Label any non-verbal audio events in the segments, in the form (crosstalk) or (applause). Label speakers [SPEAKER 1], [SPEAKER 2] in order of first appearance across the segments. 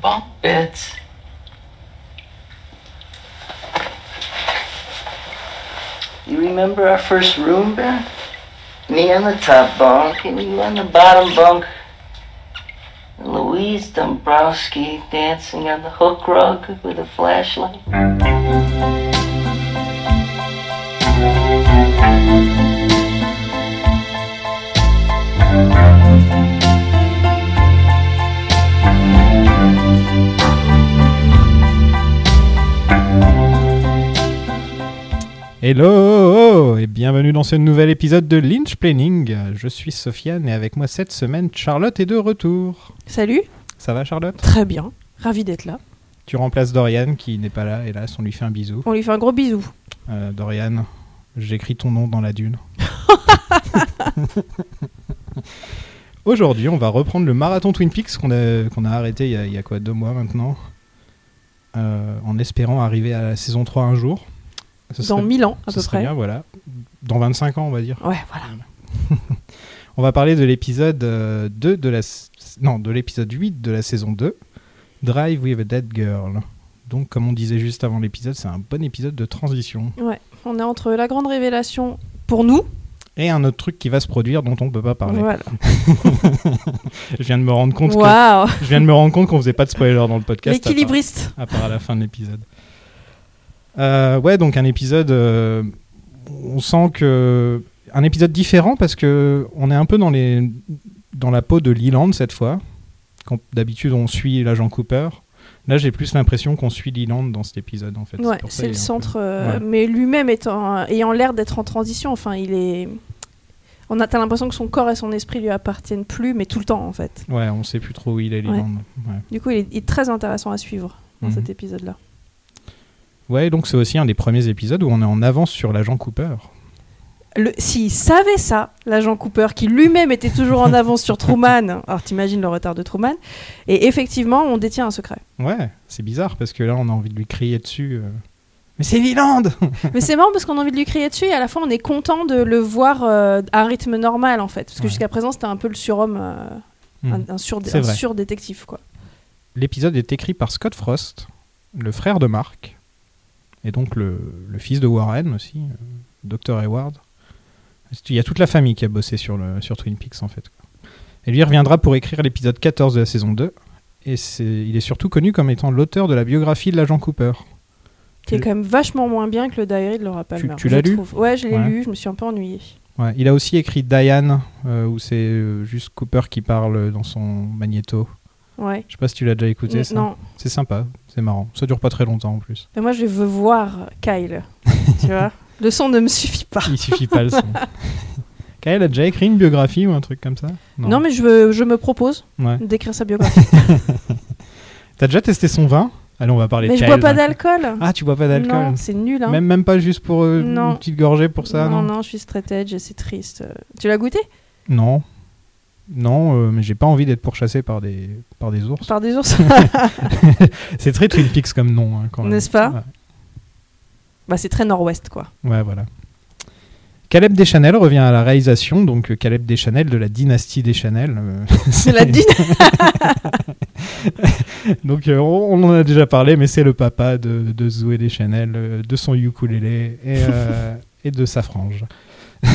[SPEAKER 1] Bump it. You remember our first room, Ben? Me on the top bunk, and you on the bottom bunk. And Louise Dombrowski dancing on the hook rug with a flashlight.
[SPEAKER 2] Hello et bienvenue dans ce nouvel épisode de Lynch Planning. Je suis Sofiane et avec moi cette semaine, Charlotte est de retour.
[SPEAKER 3] Salut,
[SPEAKER 2] Ça va Charlotte
[SPEAKER 3] très bien, ravi d'être là.
[SPEAKER 2] Tu remplaces Dorian qui n'est pas là, hélas, on lui fait un bisou.
[SPEAKER 3] On lui fait un gros bisou.
[SPEAKER 2] Euh, Dorian, j'écris ton nom dans la dune. Aujourd'hui, on va reprendre le marathon Twin Peaks qu'on a, qu'on a arrêté il y a, il y a quoi, deux mois maintenant, euh, en espérant arriver à la saison 3 un jour. Ce
[SPEAKER 3] Dans
[SPEAKER 2] serait-
[SPEAKER 3] 1000 ans à
[SPEAKER 2] ce
[SPEAKER 3] peu
[SPEAKER 2] serait
[SPEAKER 3] près.
[SPEAKER 2] bien, voilà. Dans 25 ans, on va dire.
[SPEAKER 3] Ouais, voilà.
[SPEAKER 2] On va parler de l'épisode euh, 2 de la s- non, de l'épisode 8 de la saison 2, Drive with a Dead Girl. Donc comme on disait juste avant l'épisode, c'est un bon épisode de transition.
[SPEAKER 3] On est entre la grande révélation pour nous.
[SPEAKER 2] Et un autre truc qui va se produire dont on peut pas parler.
[SPEAKER 3] Voilà.
[SPEAKER 2] Je viens de me rendre compte que-
[SPEAKER 3] Waouh,
[SPEAKER 2] je viens de me rendre compte qu'on faisait pas de spoiler dans le podcast. à part-
[SPEAKER 3] l'équilibriste.
[SPEAKER 2] à part à la fin de l'épisode. Euh, ouais, donc un épisode, euh, on sent que un épisode différent parce que on est un peu dans les dans la peau de Leland cette fois. Quand d'habitude on suit l'agent Cooper, là j'ai plus l'impression qu'on suit Leland dans cet épisode en fait.
[SPEAKER 3] Ouais,
[SPEAKER 2] pour ça
[SPEAKER 3] c'est
[SPEAKER 2] il
[SPEAKER 3] le
[SPEAKER 2] est un peu-
[SPEAKER 3] centre, euh,
[SPEAKER 2] Ouais.
[SPEAKER 3] mais lui-même étant, euh, ayant l'air d'être en transition, enfin, il est. On a t'as l'impression que son corps et son esprit lui appartiennent plus, mais tout le temps en fait.
[SPEAKER 2] Ouais, on sait plus trop où il est Leland. Ouais.
[SPEAKER 3] Du coup, il est, il est très intéressant à suivre dans
[SPEAKER 2] Mhm.
[SPEAKER 3] cet épisode-là.
[SPEAKER 2] Ouais, donc c'est aussi un des premiers épisodes où on est en avance sur l'agent Cooper.
[SPEAKER 3] Le- S'il savait ça, l'agent Cooper, qui lui-même était toujours en (laughs) avance sur Truman, alors t'imagines le retard de Truman, et effectivement, on détient un secret.
[SPEAKER 2] Ouais, c'est bizarre parce que là on a envie de lui crier dessus. euh, Mais c'est Leland
[SPEAKER 3] Mais c'est marrant parce qu'on a envie de lui crier dessus et à la fois on est content de le voir euh, à un rythme normal en fait. Parce que
[SPEAKER 2] Ouais.
[SPEAKER 3] jusqu'à présent c'était un peu le surhomme, euh,
[SPEAKER 2] Hmm.
[SPEAKER 3] un, un sur-
[SPEAKER 2] C'est
[SPEAKER 3] un
[SPEAKER 2] vrai.
[SPEAKER 3] surdétective quoi.
[SPEAKER 2] L'épisode est écrit par Scott Frost, le frère de Mark, et donc le, le fils de Warren aussi, euh, Dr. Hayward. Il y a toute la famille qui a bossé sur, le, sur Twin Peaks en fait. quoi. Et lui reviendra pour écrire l'épisode 14 de la saison 2, et c'est- il est surtout connu comme étant l'auteur de la biographie de l'agent Cooper.
[SPEAKER 3] Qui est
[SPEAKER 2] Tu-
[SPEAKER 3] quand même vachement moins bien que le diary de Laura Palmer.
[SPEAKER 2] tu
[SPEAKER 3] je
[SPEAKER 2] l'as lu
[SPEAKER 3] trouve. Ouais, je l'ai
[SPEAKER 2] Ouais.
[SPEAKER 3] lu, je me suis un peu ennuyée.
[SPEAKER 2] Ouais, il a aussi écrit Diane, euh, où c'est euh, juste Cooper qui parle dans son magnéto.
[SPEAKER 3] Ouais.
[SPEAKER 2] Je sais pas si tu l'as déjà écouté,
[SPEAKER 3] N-
[SPEAKER 2] ça.
[SPEAKER 3] Mm, non,
[SPEAKER 2] C'est sympa, c'est marrant. Ça dure pas très longtemps en plus.
[SPEAKER 3] mais moi je veux voir Kyle.
[SPEAKER 2] (laughs)
[SPEAKER 3] tu vois Le son ne me suffit pas.
[SPEAKER 2] Il suffit pas le
[SPEAKER 3] (laughs)
[SPEAKER 2] son. Kael a déjà écrit une biographie ou un truc comme ça
[SPEAKER 3] Non, mais je, veux, je me propose
[SPEAKER 2] Ouais.
[SPEAKER 3] d'écrire sa biographie.
[SPEAKER 2] T'as déjà testé son vin Allez, on va parler
[SPEAKER 3] mais
[SPEAKER 2] de
[SPEAKER 3] je
[SPEAKER 2] Kael
[SPEAKER 3] bois pas
[SPEAKER 2] d'un coup.
[SPEAKER 3] d'alcool.
[SPEAKER 2] Ah, tu bois pas d'alcool
[SPEAKER 3] Non, c'est nul. Hein.
[SPEAKER 2] même, même pas juste pour euh,
[SPEAKER 3] Non.
[SPEAKER 2] une petite gorgée pour ça
[SPEAKER 3] non,
[SPEAKER 2] Non,
[SPEAKER 3] non, je suis straight edge et c'est triste. Euh, Tu l'as goûté
[SPEAKER 2] Non, Non, euh, mais j'ai pas envie d'être pourchassé par des, par des ours.
[SPEAKER 3] Par
[SPEAKER 2] (laughs)
[SPEAKER 3] des ours
[SPEAKER 2] C'est très Twin Peaks comme nom, hein, quand même.
[SPEAKER 3] N'est-ce pas
[SPEAKER 2] ouais.
[SPEAKER 3] Bah, c'est très nord-ouest, quoi.
[SPEAKER 2] Ouais, voilà. Caleb Deschanel revient à la réalisation, donc euh, Caleb Deschanel de la dynastie Deschanel. euh, (laughs)
[SPEAKER 3] C'est la dynastie.
[SPEAKER 2] Donc euh, on on en a déjà parlé, mais c'est le papa de, de Zoé Deschanel, euh, de son ukulélé et,
[SPEAKER 3] (laughs)
[SPEAKER 2] euh, et de sa frange. (laughs)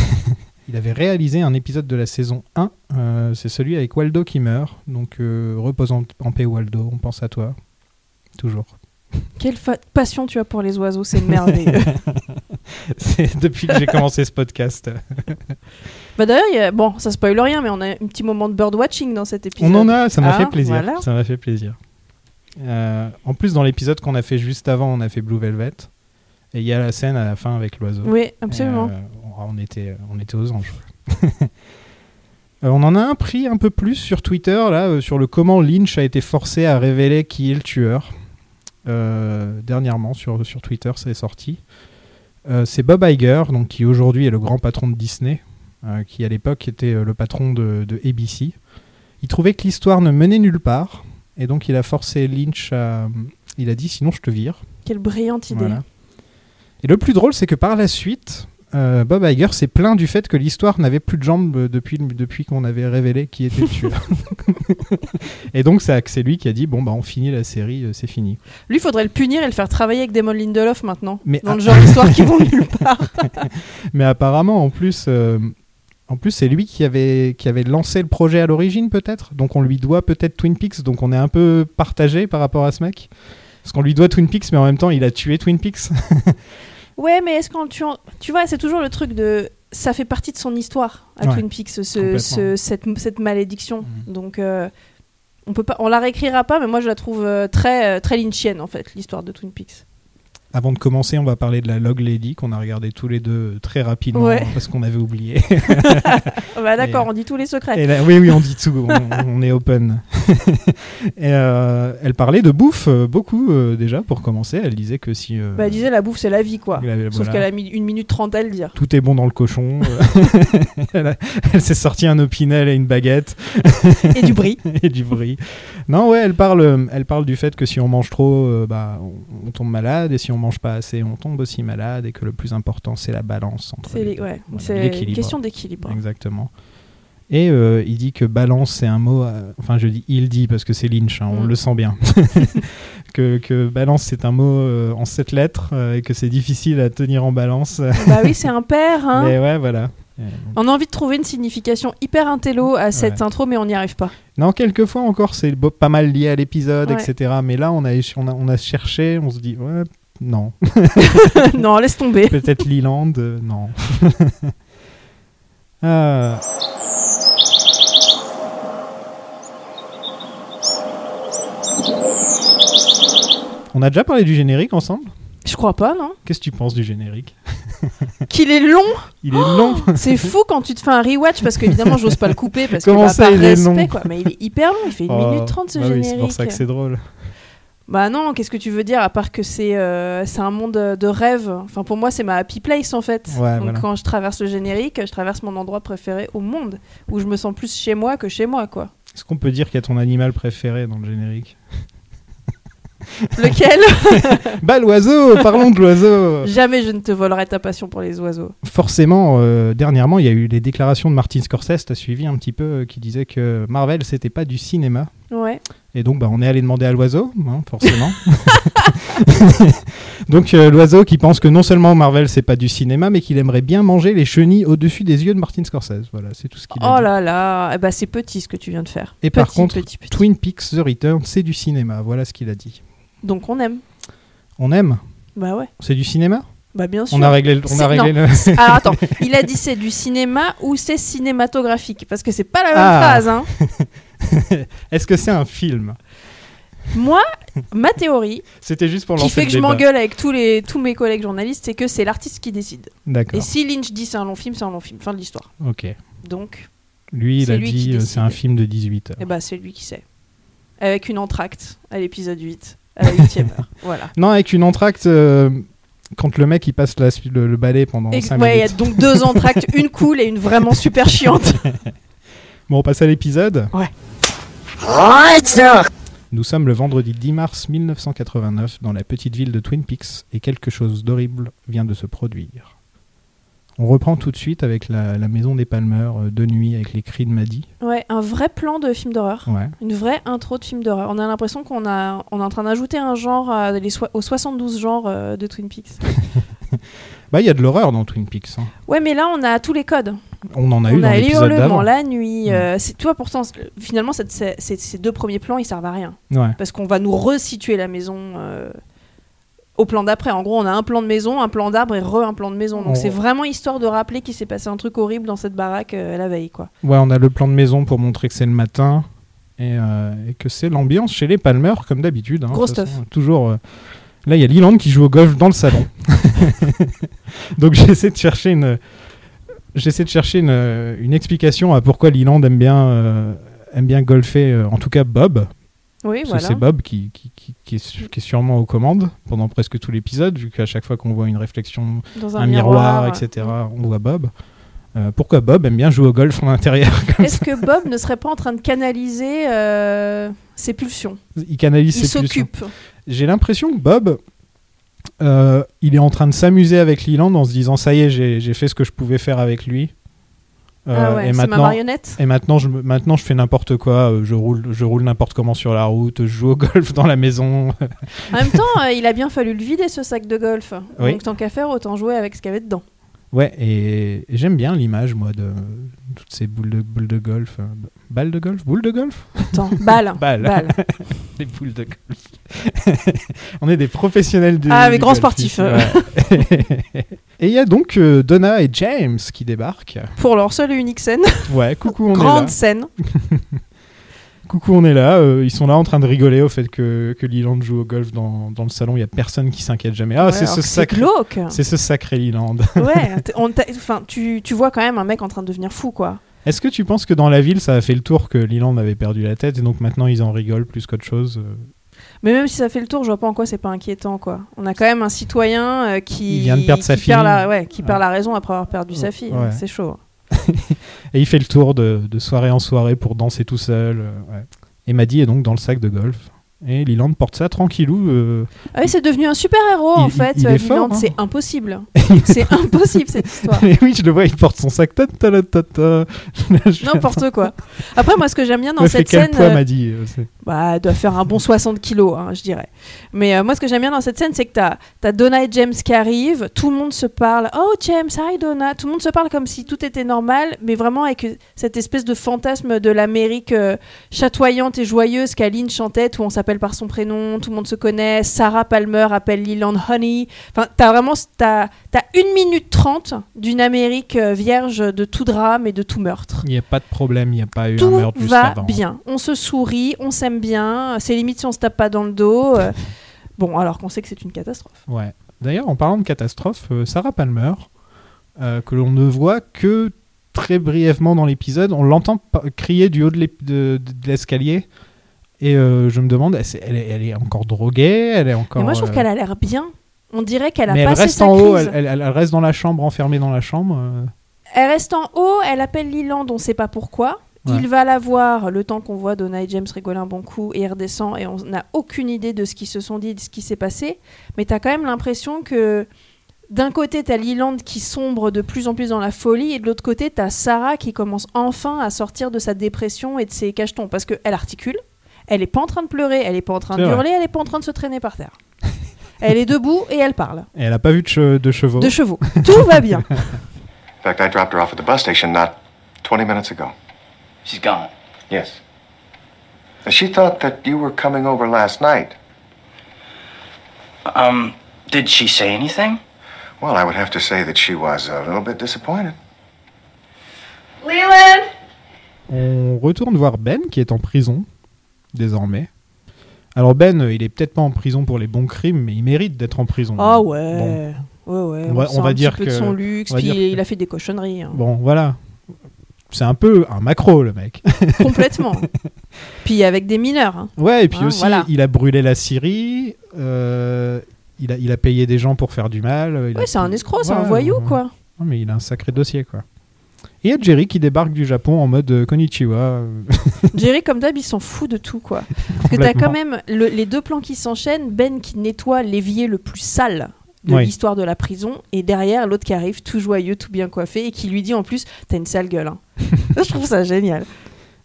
[SPEAKER 2] Il avait réalisé un épisode de la saison 1, euh, c'est celui avec Waldo qui meurt. Donc euh, repose en, en paix Waldo, on pense à toi. Toujours. (laughs)
[SPEAKER 3] Quelle fa- passion tu as pour les oiseaux, c'est
[SPEAKER 2] (laughs)
[SPEAKER 3] merveilleux.
[SPEAKER 2] C'est depuis que j'ai commencé ce podcast.
[SPEAKER 3] bah d'ailleurs, il y a- bon, ça spoil rien, mais on a un petit moment de birdwatching dans cet épisode.
[SPEAKER 2] On en a, ça m'a
[SPEAKER 3] Ah,
[SPEAKER 2] fait plaisir.
[SPEAKER 3] voilà.
[SPEAKER 2] Ça m'a fait plaisir. Euh, en plus, dans l'épisode qu'on a fait juste avant, on a fait Blue Velvet. Et il y a la scène à la fin avec l'oiseau.
[SPEAKER 3] Oui, absolument.
[SPEAKER 2] Euh, on, on était, on était aux anges. (laughs) Euh, on en a un prix un peu plus sur Twitter, là, euh, sur le comment Lynch a été forcé à révéler qui est le tueur. Euh, dernièrement, sur, sur Twitter, c'est sorti. Euh, c'est Bob Iger, donc, qui aujourd'hui est le grand patron de Disney, euh, qui à l'époque était euh, le patron de, de ABC. Il trouvait que l'histoire ne menait nulle part, et donc il a forcé Lynch à... Il a dit, sinon je te vire.
[SPEAKER 3] Quelle brillante idée.
[SPEAKER 2] Voilà. Et le plus drôle, c'est que par la suite, euh, Bob Iger s'est plaint du fait que l'histoire n'avait plus de jambes euh, depuis, depuis qu'on avait révélé qui était le tueur. (laughs) et donc ça- c'est lui qui a dit bon bah on finit la série, euh, c'est fini.
[SPEAKER 3] Lui, faudrait le punir et le faire travailler avec Damon Lindelof maintenant.
[SPEAKER 2] Mais
[SPEAKER 3] dans
[SPEAKER 2] ah.
[SPEAKER 3] le genre
[SPEAKER 2] (laughs)
[SPEAKER 3] d'histoire qui vont nulle part.
[SPEAKER 2] Mais apparemment en plus, euh, en plus c'est lui qui avait, qui avait lancé le projet à l'origine peut-être. Donc on lui doit peut-être Twin Peaks. Donc on est un peu partagé par rapport à ce mec. Parce qu'on lui doit Twin Peaks, mais en même temps il a tué Twin Peaks.
[SPEAKER 3] Ouais, mais est-ce qu'en le tuant. Tu vois, c'est toujours le truc de. Ça fait partie de son histoire à
[SPEAKER 2] Ouais,
[SPEAKER 3] Twin Peaks, ce- ce-
[SPEAKER 2] complètement. Mm.
[SPEAKER 3] ce- cette, cette malédiction. Donc. euh, On peut pas, on la réécrira pas, mais moi je la trouve euh, très euh, très lynchienne en fait l'histoire de Twin Peaks.
[SPEAKER 2] Avant de commencer, on va parler de la Log Lady qu'on a regardé tous les deux très rapidement
[SPEAKER 3] Ouais.
[SPEAKER 2] parce qu'on avait
[SPEAKER 3] (laughs)
[SPEAKER 2] oublié.
[SPEAKER 3] Ah bah, d'accord,
[SPEAKER 2] Et,
[SPEAKER 3] on dit tous les secrets.
[SPEAKER 2] Et là- oui, oui, on dit tout, on, on est open. (laughs) Et, euh, elle parlait de bouffe euh, beaucoup euh, déjà pour commencer. Elle disait que si euh,
[SPEAKER 3] Bah, elle disait la bouffe c'est la vie quoi.
[SPEAKER 2] la-
[SPEAKER 3] Sauf
[SPEAKER 2] voilà,
[SPEAKER 3] qu'elle a mis une minute trente à le dire.
[SPEAKER 2] tout est bon dans le
[SPEAKER 3] (laughs)
[SPEAKER 2] cochon, euh, (laughs) elle, a- elle s'est sorti un opinel et une baguette
[SPEAKER 3] Et
[SPEAKER 2] (laughs)
[SPEAKER 3] du bris.
[SPEAKER 2] et du brie. Non, ouais, elle parle, euh, elle parle du fait que si on mange trop, euh, bah, on, on tombe malade et si on mange pas assez, on tombe aussi malade et que le plus important c'est la balance entre
[SPEAKER 3] C'est
[SPEAKER 2] les
[SPEAKER 3] les-
[SPEAKER 2] deux.
[SPEAKER 3] ouais,
[SPEAKER 2] Voilà,
[SPEAKER 3] c'est une
[SPEAKER 2] l'équilibre.
[SPEAKER 3] question d'équilibre.
[SPEAKER 2] Exactement. Et euh, il dit que balance, c'est un mot. euh, enfin, je dis il dit parce que c'est Lynch, hein, on
[SPEAKER 3] Mm.
[SPEAKER 2] le sent bien. (laughs) que, que balance, c'est un mot euh, en sept lettres euh, et que c'est difficile à tenir en balance.
[SPEAKER 3] bah oui, c'est un père. Hein.
[SPEAKER 2] (laughs) Mais ouais, voilà. Euh,
[SPEAKER 3] On a envie de trouver une signification hyper intello à cette
[SPEAKER 2] Ouais.
[SPEAKER 3] intro, mais on n'y arrive pas. (laughs)
[SPEAKER 2] Non, quelquefois encore, c'est bo- pas mal lié à l'épisode,
[SPEAKER 3] Ouais.
[SPEAKER 2] etc. Mais là, on a, éche- on, a, on a cherché, on se dit, ouais, non.
[SPEAKER 3] non, laisse tomber.
[SPEAKER 2] Peut-être Leland, euh, non. (laughs) Euh, On a déjà parlé du générique ensemble
[SPEAKER 3] Je crois pas, non
[SPEAKER 2] Qu'est-ce que tu penses du générique
[SPEAKER 3] Qu'il est long
[SPEAKER 2] Il est
[SPEAKER 3] Oh,
[SPEAKER 2] long
[SPEAKER 3] C'est fou quand tu te fais un rewatch, parce qu'évidemment, j'ose pas le couper, parce que
[SPEAKER 2] Comment
[SPEAKER 3] bah,
[SPEAKER 2] ça,
[SPEAKER 3] par
[SPEAKER 2] il est
[SPEAKER 3] respect,
[SPEAKER 2] long
[SPEAKER 3] quoi. Mais il est hyper long, il fait 1
[SPEAKER 2] Oh,
[SPEAKER 3] minute 30 ce
[SPEAKER 2] bah oui,
[SPEAKER 3] générique.
[SPEAKER 2] C'est pour ça que c'est drôle.
[SPEAKER 3] Bah non, qu'est-ce que tu veux dire, à part que c'est euh, c'est un monde de rêve. Enfin, pour moi, c'est ma happy place, en fait.
[SPEAKER 2] Ouais,
[SPEAKER 3] Donc
[SPEAKER 2] voilà.
[SPEAKER 3] quand je traverse le générique, je traverse mon endroit préféré au monde, où je me sens plus chez moi que chez moi,
[SPEAKER 2] (laughs)
[SPEAKER 3] quoi.
[SPEAKER 2] Est-ce qu'on peut dire qu'il y a ton animal préféré dans le générique
[SPEAKER 3] Lequel
[SPEAKER 2] Bah l'oiseau Parlons de l'oiseau
[SPEAKER 3] Jamais je ne te volerai ta passion pour les oiseaux.
[SPEAKER 2] forcément, euh, dernièrement, il y a eu les déclarations de Martin Scorsese, t'as suivi un petit peu, euh, qui disait que Marvel, c'était pas du cinéma.
[SPEAKER 3] Ouais.
[SPEAKER 2] Et donc, bah, on est allé demander à l'oiseau, hein, forcément. (laughs) donc, euh, l'oiseau qui pense que non seulement Marvel, c'est pas du cinéma, mais qu'il aimerait bien manger les chenilles au-dessus des yeux de Martin Scorsese. Voilà, c'est tout ce qu'il a
[SPEAKER 3] Oh
[SPEAKER 2] dit.
[SPEAKER 3] là là, eh ben, c'est petit ce que tu viens de faire.
[SPEAKER 2] Et
[SPEAKER 3] Petit,
[SPEAKER 2] par contre,
[SPEAKER 3] petit, petit.
[SPEAKER 2] Twin Peaks The Return, c'est du cinéma. Voilà ce qu'il a dit.
[SPEAKER 3] donc on aime.
[SPEAKER 2] On aime
[SPEAKER 3] Bah ouais,
[SPEAKER 2] C'est du cinéma
[SPEAKER 3] bah bien sûr.
[SPEAKER 2] On
[SPEAKER 3] (laughs)
[SPEAKER 2] a réglé, le- on
[SPEAKER 3] C'est-
[SPEAKER 2] a réglé le. (laughs)
[SPEAKER 3] Alors attends, il a dit c'est du cinéma ou c'est cinématographique parce que c'est pas la même
[SPEAKER 2] Ah.
[SPEAKER 3] phrase. hein.
[SPEAKER 2] Est-ce que c'est un film
[SPEAKER 3] Moi, ma théorie
[SPEAKER 2] C'était juste pour
[SPEAKER 3] qui
[SPEAKER 2] lancer
[SPEAKER 3] fait
[SPEAKER 2] le
[SPEAKER 3] que je
[SPEAKER 2] débat.
[SPEAKER 3] m'engueule avec tous les tous mes collègues journalistes, c'est que c'est l'artiste qui décide. Et
[SPEAKER 2] D'accord,
[SPEAKER 3] si Lynch dit c'est un long film, c'est un long film. Fin de l'histoire.
[SPEAKER 2] ok.
[SPEAKER 3] Donc,
[SPEAKER 2] Lui, il
[SPEAKER 3] C'est
[SPEAKER 2] a
[SPEAKER 3] lui qui
[SPEAKER 2] dit euh,
[SPEAKER 3] décide.
[SPEAKER 2] c'est un film de 18 heures.
[SPEAKER 3] eh ben c'est lui qui sait. Avec une entracte à l'épisode 8, à la 8 heure.
[SPEAKER 2] (laughs)
[SPEAKER 3] Voilà.
[SPEAKER 2] Non, avec une entracte, euh, quand le mec il passe la- le, le balai pendant
[SPEAKER 3] Ex-
[SPEAKER 2] 5
[SPEAKER 3] ouais, il y a
[SPEAKER 2] minutes.
[SPEAKER 3] donc deux entractes,
[SPEAKER 2] (laughs)
[SPEAKER 3] une cool et une vraiment super chiante.
[SPEAKER 2] Bon, on passe à l'épisode.
[SPEAKER 1] Right!
[SPEAKER 2] Nous sommes le vendredi 10 mars 1989 dans la petite ville de Twin Peaks et quelque chose d'horrible vient de se produire. On reprend tout de suite avec la, la maison des Palmer euh, de nuit avec les cris de Maddy.
[SPEAKER 3] Ouais, un vrai plan de film d'horreur.
[SPEAKER 2] Ouais.
[SPEAKER 3] Une vraie intro de film d'horreur. On a l'impression qu'on a, on est en train d'ajouter un genre à les soi- aux 72 genres euh, de Twin Peaks.
[SPEAKER 2] Bah, il y a de l'horreur dans Twin Peaks. hein.
[SPEAKER 3] Ouais, mais là, on a tous les codes.
[SPEAKER 2] On en a eu
[SPEAKER 3] on
[SPEAKER 2] dans
[SPEAKER 3] a les
[SPEAKER 2] l'épisode
[SPEAKER 3] hurlements
[SPEAKER 2] d'avant.
[SPEAKER 3] la nuit.
[SPEAKER 2] Mm.
[SPEAKER 3] euh, c'est toi, pourtant, c'est- finalement, cette- ces- ces- ces deux premiers plans, ils servent à rien.
[SPEAKER 2] Ouais.
[SPEAKER 3] Parce qu'on va nous resituer la maison euh, au plan d'après. En gros, on a un plan de maison, un plan d'arbre et re un plan de maison. Donc,
[SPEAKER 2] On-
[SPEAKER 3] c'est vraiment histoire de rappeler qu'il s'est passé un truc horrible dans cette baraque euh, la veille, quoi.
[SPEAKER 2] Ouais, on a le plan de maison pour montrer que c'est le matin et, euh, et que c'est l'ambiance chez les Palmer, comme d'habitude. hein.
[SPEAKER 3] Gros
[SPEAKER 2] De toute
[SPEAKER 3] stuff.
[SPEAKER 2] façon, Toujours. euh, Là, il y a Leland qui joue au golf dans le
[SPEAKER 3] (laughs)
[SPEAKER 2] salon. Donc j'essaie de chercher une, j'essaie de chercher une, une explication à pourquoi Leland aime bien, euh, aime bien golfer. euh, en tout cas, Bob.
[SPEAKER 3] Oui,
[SPEAKER 2] Parce que
[SPEAKER 3] voilà.
[SPEAKER 2] c'est Bob qui, qui, qui- qui est, su- qui est sûrement aux commandes pendant presque tout l'épisode, vu qu'à chaque fois qu'on voit une réflexion,
[SPEAKER 3] dans euh.
[SPEAKER 2] un, miroir, etc., on voit Bob. Euh, pourquoi Bob aime bien jouer au golf en intérieur comme
[SPEAKER 3] Est-ce que Bob ne serait pas en train de canaliser euh, ses pulsions
[SPEAKER 2] Il hein. canalise
[SPEAKER 3] Il
[SPEAKER 2] ses pulsions.
[SPEAKER 3] s'occupe.
[SPEAKER 2] J'ai l'impression que Bob, euh, il est en train de s'amuser avec Leland en se disant ça y est, j'ai j'ai fait ce que je pouvais faire avec lui. Euh,
[SPEAKER 3] ah ouais,
[SPEAKER 2] et
[SPEAKER 3] c'est ma
[SPEAKER 2] maintenant,
[SPEAKER 3] marionnette.
[SPEAKER 2] et maintenant je, me- maintenant, je fais n'importe quoi. euh, Je roule, je roule n'importe comment sur la route. Je joue au (laughs) golf dans la maison. (laughs)
[SPEAKER 3] En même temps, euh, il a bien fallu le vider ce sac de golf.
[SPEAKER 2] Oui.
[SPEAKER 3] Donc tant qu'à faire, autant jouer avec ce qu'il y avait dedans.
[SPEAKER 2] Ouais, et, et j'aime bien l'image, moi, de euh, toutes ces boules de, boules de golf. euh, b- balles de golf Boules de golf
[SPEAKER 3] Attends, balle.
[SPEAKER 2] Balle. Les boules de golf. (laughs) On est des professionnels du.
[SPEAKER 3] Ah, mais
[SPEAKER 2] du
[SPEAKER 3] grands
[SPEAKER 2] golf
[SPEAKER 3] sportifs,
[SPEAKER 2] ici, ouais. (laughs) et il y a donc euh, Donna et James qui débarquent.
[SPEAKER 3] Pour leur seule et unique scène,
[SPEAKER 2] Ouais, coucou, on est là.
[SPEAKER 3] grande scène.
[SPEAKER 2] Coucou, on est là. euh, ils sont là en train de rigoler au fait que, que Leland joue au golf dans, dans le salon. Il n'y a personne qui s'inquiète jamais. Ah,
[SPEAKER 3] Ouais,
[SPEAKER 2] c'est
[SPEAKER 3] alors
[SPEAKER 2] ce
[SPEAKER 3] que
[SPEAKER 2] sacré. (laughs)
[SPEAKER 3] glauque.
[SPEAKER 2] C'est ce sacré Leland.
[SPEAKER 3] Ouais, t- on t'a- enfin, tu, tu vois quand même un mec en train de devenir fou, quoi.
[SPEAKER 2] (laughs) Est-ce que tu penses que dans la ville, ça a fait le tour que Leland avait perdu la tête et donc maintenant ils en rigolent plus qu'autre chose euh,
[SPEAKER 3] Mais même si ça fait le tour, je vois pas en quoi c'est pas inquiétant, quoi. On a quand même un citoyen euh, qui
[SPEAKER 2] Il vient de perdre
[SPEAKER 3] qui
[SPEAKER 2] sa
[SPEAKER 3] perd
[SPEAKER 2] fille.
[SPEAKER 3] la, ouais, qui perd
[SPEAKER 2] Ouais.
[SPEAKER 3] la raison après avoir perdu sa fille.
[SPEAKER 2] Ouais.
[SPEAKER 3] C'est chaud.
[SPEAKER 2] Et il fait le tour de, de soirée en soirée pour danser tout seul. euh, ouais. Et Maddy est donc dans le sac de golf. Et Leland porte ça tranquillou. euh,
[SPEAKER 3] Ah oui, c'est devenu un super héros
[SPEAKER 2] Il-
[SPEAKER 3] en
[SPEAKER 2] il-
[SPEAKER 3] fait.
[SPEAKER 2] il est
[SPEAKER 3] euh,
[SPEAKER 2] fort,
[SPEAKER 3] Leland.
[SPEAKER 2] hein.
[SPEAKER 3] C'est
[SPEAKER 2] (laughs)
[SPEAKER 3] impossible. c'est impossible cette histoire.
[SPEAKER 2] Et (laughs) oui, je le vois, il porte son sac. Ta ta la ta ta. (laughs) Je-
[SPEAKER 3] N'importe quoi. Après, moi, ce que j'aime bien dans
[SPEAKER 2] Ouais, fait
[SPEAKER 3] cette
[SPEAKER 2] quel
[SPEAKER 3] scène,
[SPEAKER 2] poids,
[SPEAKER 3] euh,
[SPEAKER 2] Maddy euh, c'est-
[SPEAKER 3] bah, elle doit faire un bon 60 kilos, hein, je dirais. Mais euh, moi, ce que j'aime bien dans cette scène, c'est que t'as as Donna et James qui arrivent, tout le monde se parle. Oh, James, hi Donna. Tout le monde se parle comme si tout était normal, mais vraiment avec euh, cette espèce de fantasme de l'Amérique euh, chatoyante et joyeuse qu'Aline chantait, où on s'appelle par son prénom, tout le monde se connaît. Sarah Palmer appelle Leland Honey. Enfin, t'as vraiment t'as t'as une minute trente d'une Amérique euh, vierge de tout drame et de tout meurtre
[SPEAKER 2] Il n'y a pas de problème, il n'y a pas eu un
[SPEAKER 3] tout
[SPEAKER 2] meurtre juste
[SPEAKER 3] va
[SPEAKER 2] avant.
[SPEAKER 3] bien. On se sourit, on s'aime bien. C'est limite si on se tape pas dans le dos. euh, bon, alors qu'on sait que c'est une catastrophe.
[SPEAKER 2] Ouais. D'ailleurs, en parlant de catastrophe, euh, Sarah Palmer, euh, que l'on ne voit que très brièvement dans l'épisode, on l'entend pa- crier du haut de l'ép- de de- de l'escalier. Et euh, je me demande, elle, c'est- elle est, elle est encore droguée, elle est encore.
[SPEAKER 3] Et moi, je trouve
[SPEAKER 2] euh,
[SPEAKER 3] qu'elle a l'air bien. On dirait qu'elle a
[SPEAKER 2] mais elle
[SPEAKER 3] passé
[SPEAKER 2] reste
[SPEAKER 3] sa
[SPEAKER 2] en
[SPEAKER 3] crise.
[SPEAKER 2] haut, elle,
[SPEAKER 3] elle...
[SPEAKER 2] elle- elle reste dans la chambre, enfermée dans la chambre. euh.
[SPEAKER 3] reste en haut. Elle appelle Leland, on sait pas pourquoi.
[SPEAKER 2] Ouais.
[SPEAKER 3] Il va la voir le temps qu'on voit Donna et James rigoler un bon coup et il redescend et on n'a aucune idée de ce qu'ils se sont dit, de ce qui s'est passé. Mais t'as quand même l'impression que d'un côté, t'as Leland qui sombre de plus en plus dans la folie, et de l'autre côté, t'as Sarah qui commence enfin à sortir de sa dépression et de ses cachetons. Parce qu'elle articule, elle est pas en train de pleurer, elle est pas en train
[SPEAKER 2] C'est
[SPEAKER 3] de
[SPEAKER 2] vrai.
[SPEAKER 3] hurler, elle est pas en train de se traîner par terre. elle est debout et elle parle.
[SPEAKER 2] Et elle n'a pas vu de, che- de chevaux.
[SPEAKER 3] De chevaux. Tout va bien.
[SPEAKER 4] In fact, I dropped her off at the bus station not 20 minutes ago.
[SPEAKER 1] She's gone.
[SPEAKER 4] Yes. She thought that you were coming over last night.
[SPEAKER 1] Um, did she say anything?
[SPEAKER 4] Well, I would have to say that she was a little bit disappointed.
[SPEAKER 5] Leland!
[SPEAKER 2] On retourne voir Ben qui est en prison désormais. Alors Ben, euh, il est peut-être pas en prison pour les bons crimes, mais il mérite d'être en prison.
[SPEAKER 3] Ah
[SPEAKER 2] Bon.
[SPEAKER 3] ouais. Ouais, ouais.
[SPEAKER 2] On va-
[SPEAKER 3] sent
[SPEAKER 2] on va
[SPEAKER 3] un
[SPEAKER 2] dire
[SPEAKER 3] petit peu
[SPEAKER 2] que-
[SPEAKER 3] de son luxe,
[SPEAKER 2] on va
[SPEAKER 3] puis
[SPEAKER 2] dire que-
[SPEAKER 3] il a fait des cochonneries. hein.
[SPEAKER 2] Bon, voilà. C'est un peu un macro, le
[SPEAKER 3] (laughs)
[SPEAKER 2] mec. (laughs)
[SPEAKER 3] Complètement. puis avec des mineurs. hein.
[SPEAKER 2] Ouais, et puis
[SPEAKER 3] Ah,
[SPEAKER 2] aussi,
[SPEAKER 3] voilà.
[SPEAKER 2] il a brûlé la Syrie, euh, il, a, il a payé des gens pour faire du mal. il a-
[SPEAKER 3] Ouais, c'est un escroc, c'est un
[SPEAKER 2] Ouais,
[SPEAKER 3] voyou,
[SPEAKER 2] ouais.
[SPEAKER 3] quoi.
[SPEAKER 2] Non, mais il a un sacré dossier, quoi. Et il y a Jerry qui débarque du Japon en mode euh, Konnichiwa. euh, (laughs)
[SPEAKER 3] Jerry, comme d'hab, il s'en fout de tout, quoi. Parce que t'as
[SPEAKER 2] complètement.
[SPEAKER 3] quand même le- les deux plans qui s'enchaînent, Ben qui nettoie l'évier le plus sale de
[SPEAKER 2] Oui.
[SPEAKER 3] l'histoire de la prison, et derrière l'autre qui arrive tout joyeux, tout bien coiffé, et qui lui dit en plus, t'as une sale
[SPEAKER 2] (laughs)
[SPEAKER 3] gueule. hein. Ça, je trouve ça génial.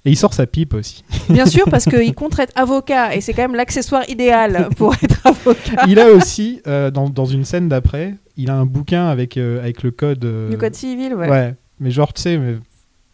[SPEAKER 2] Et il sort sa pipe aussi.
[SPEAKER 3] Bien sûr, parce qu'il compte être avocat, et c'est quand même l'accessoire idéal pour être avocat.
[SPEAKER 2] il a aussi, euh, dans, dans une scène d'après, il a un bouquin avec, euh, avec le code. euh,
[SPEAKER 3] Du code civil, ouais.
[SPEAKER 2] ouais. mais genre, tu sais, mais-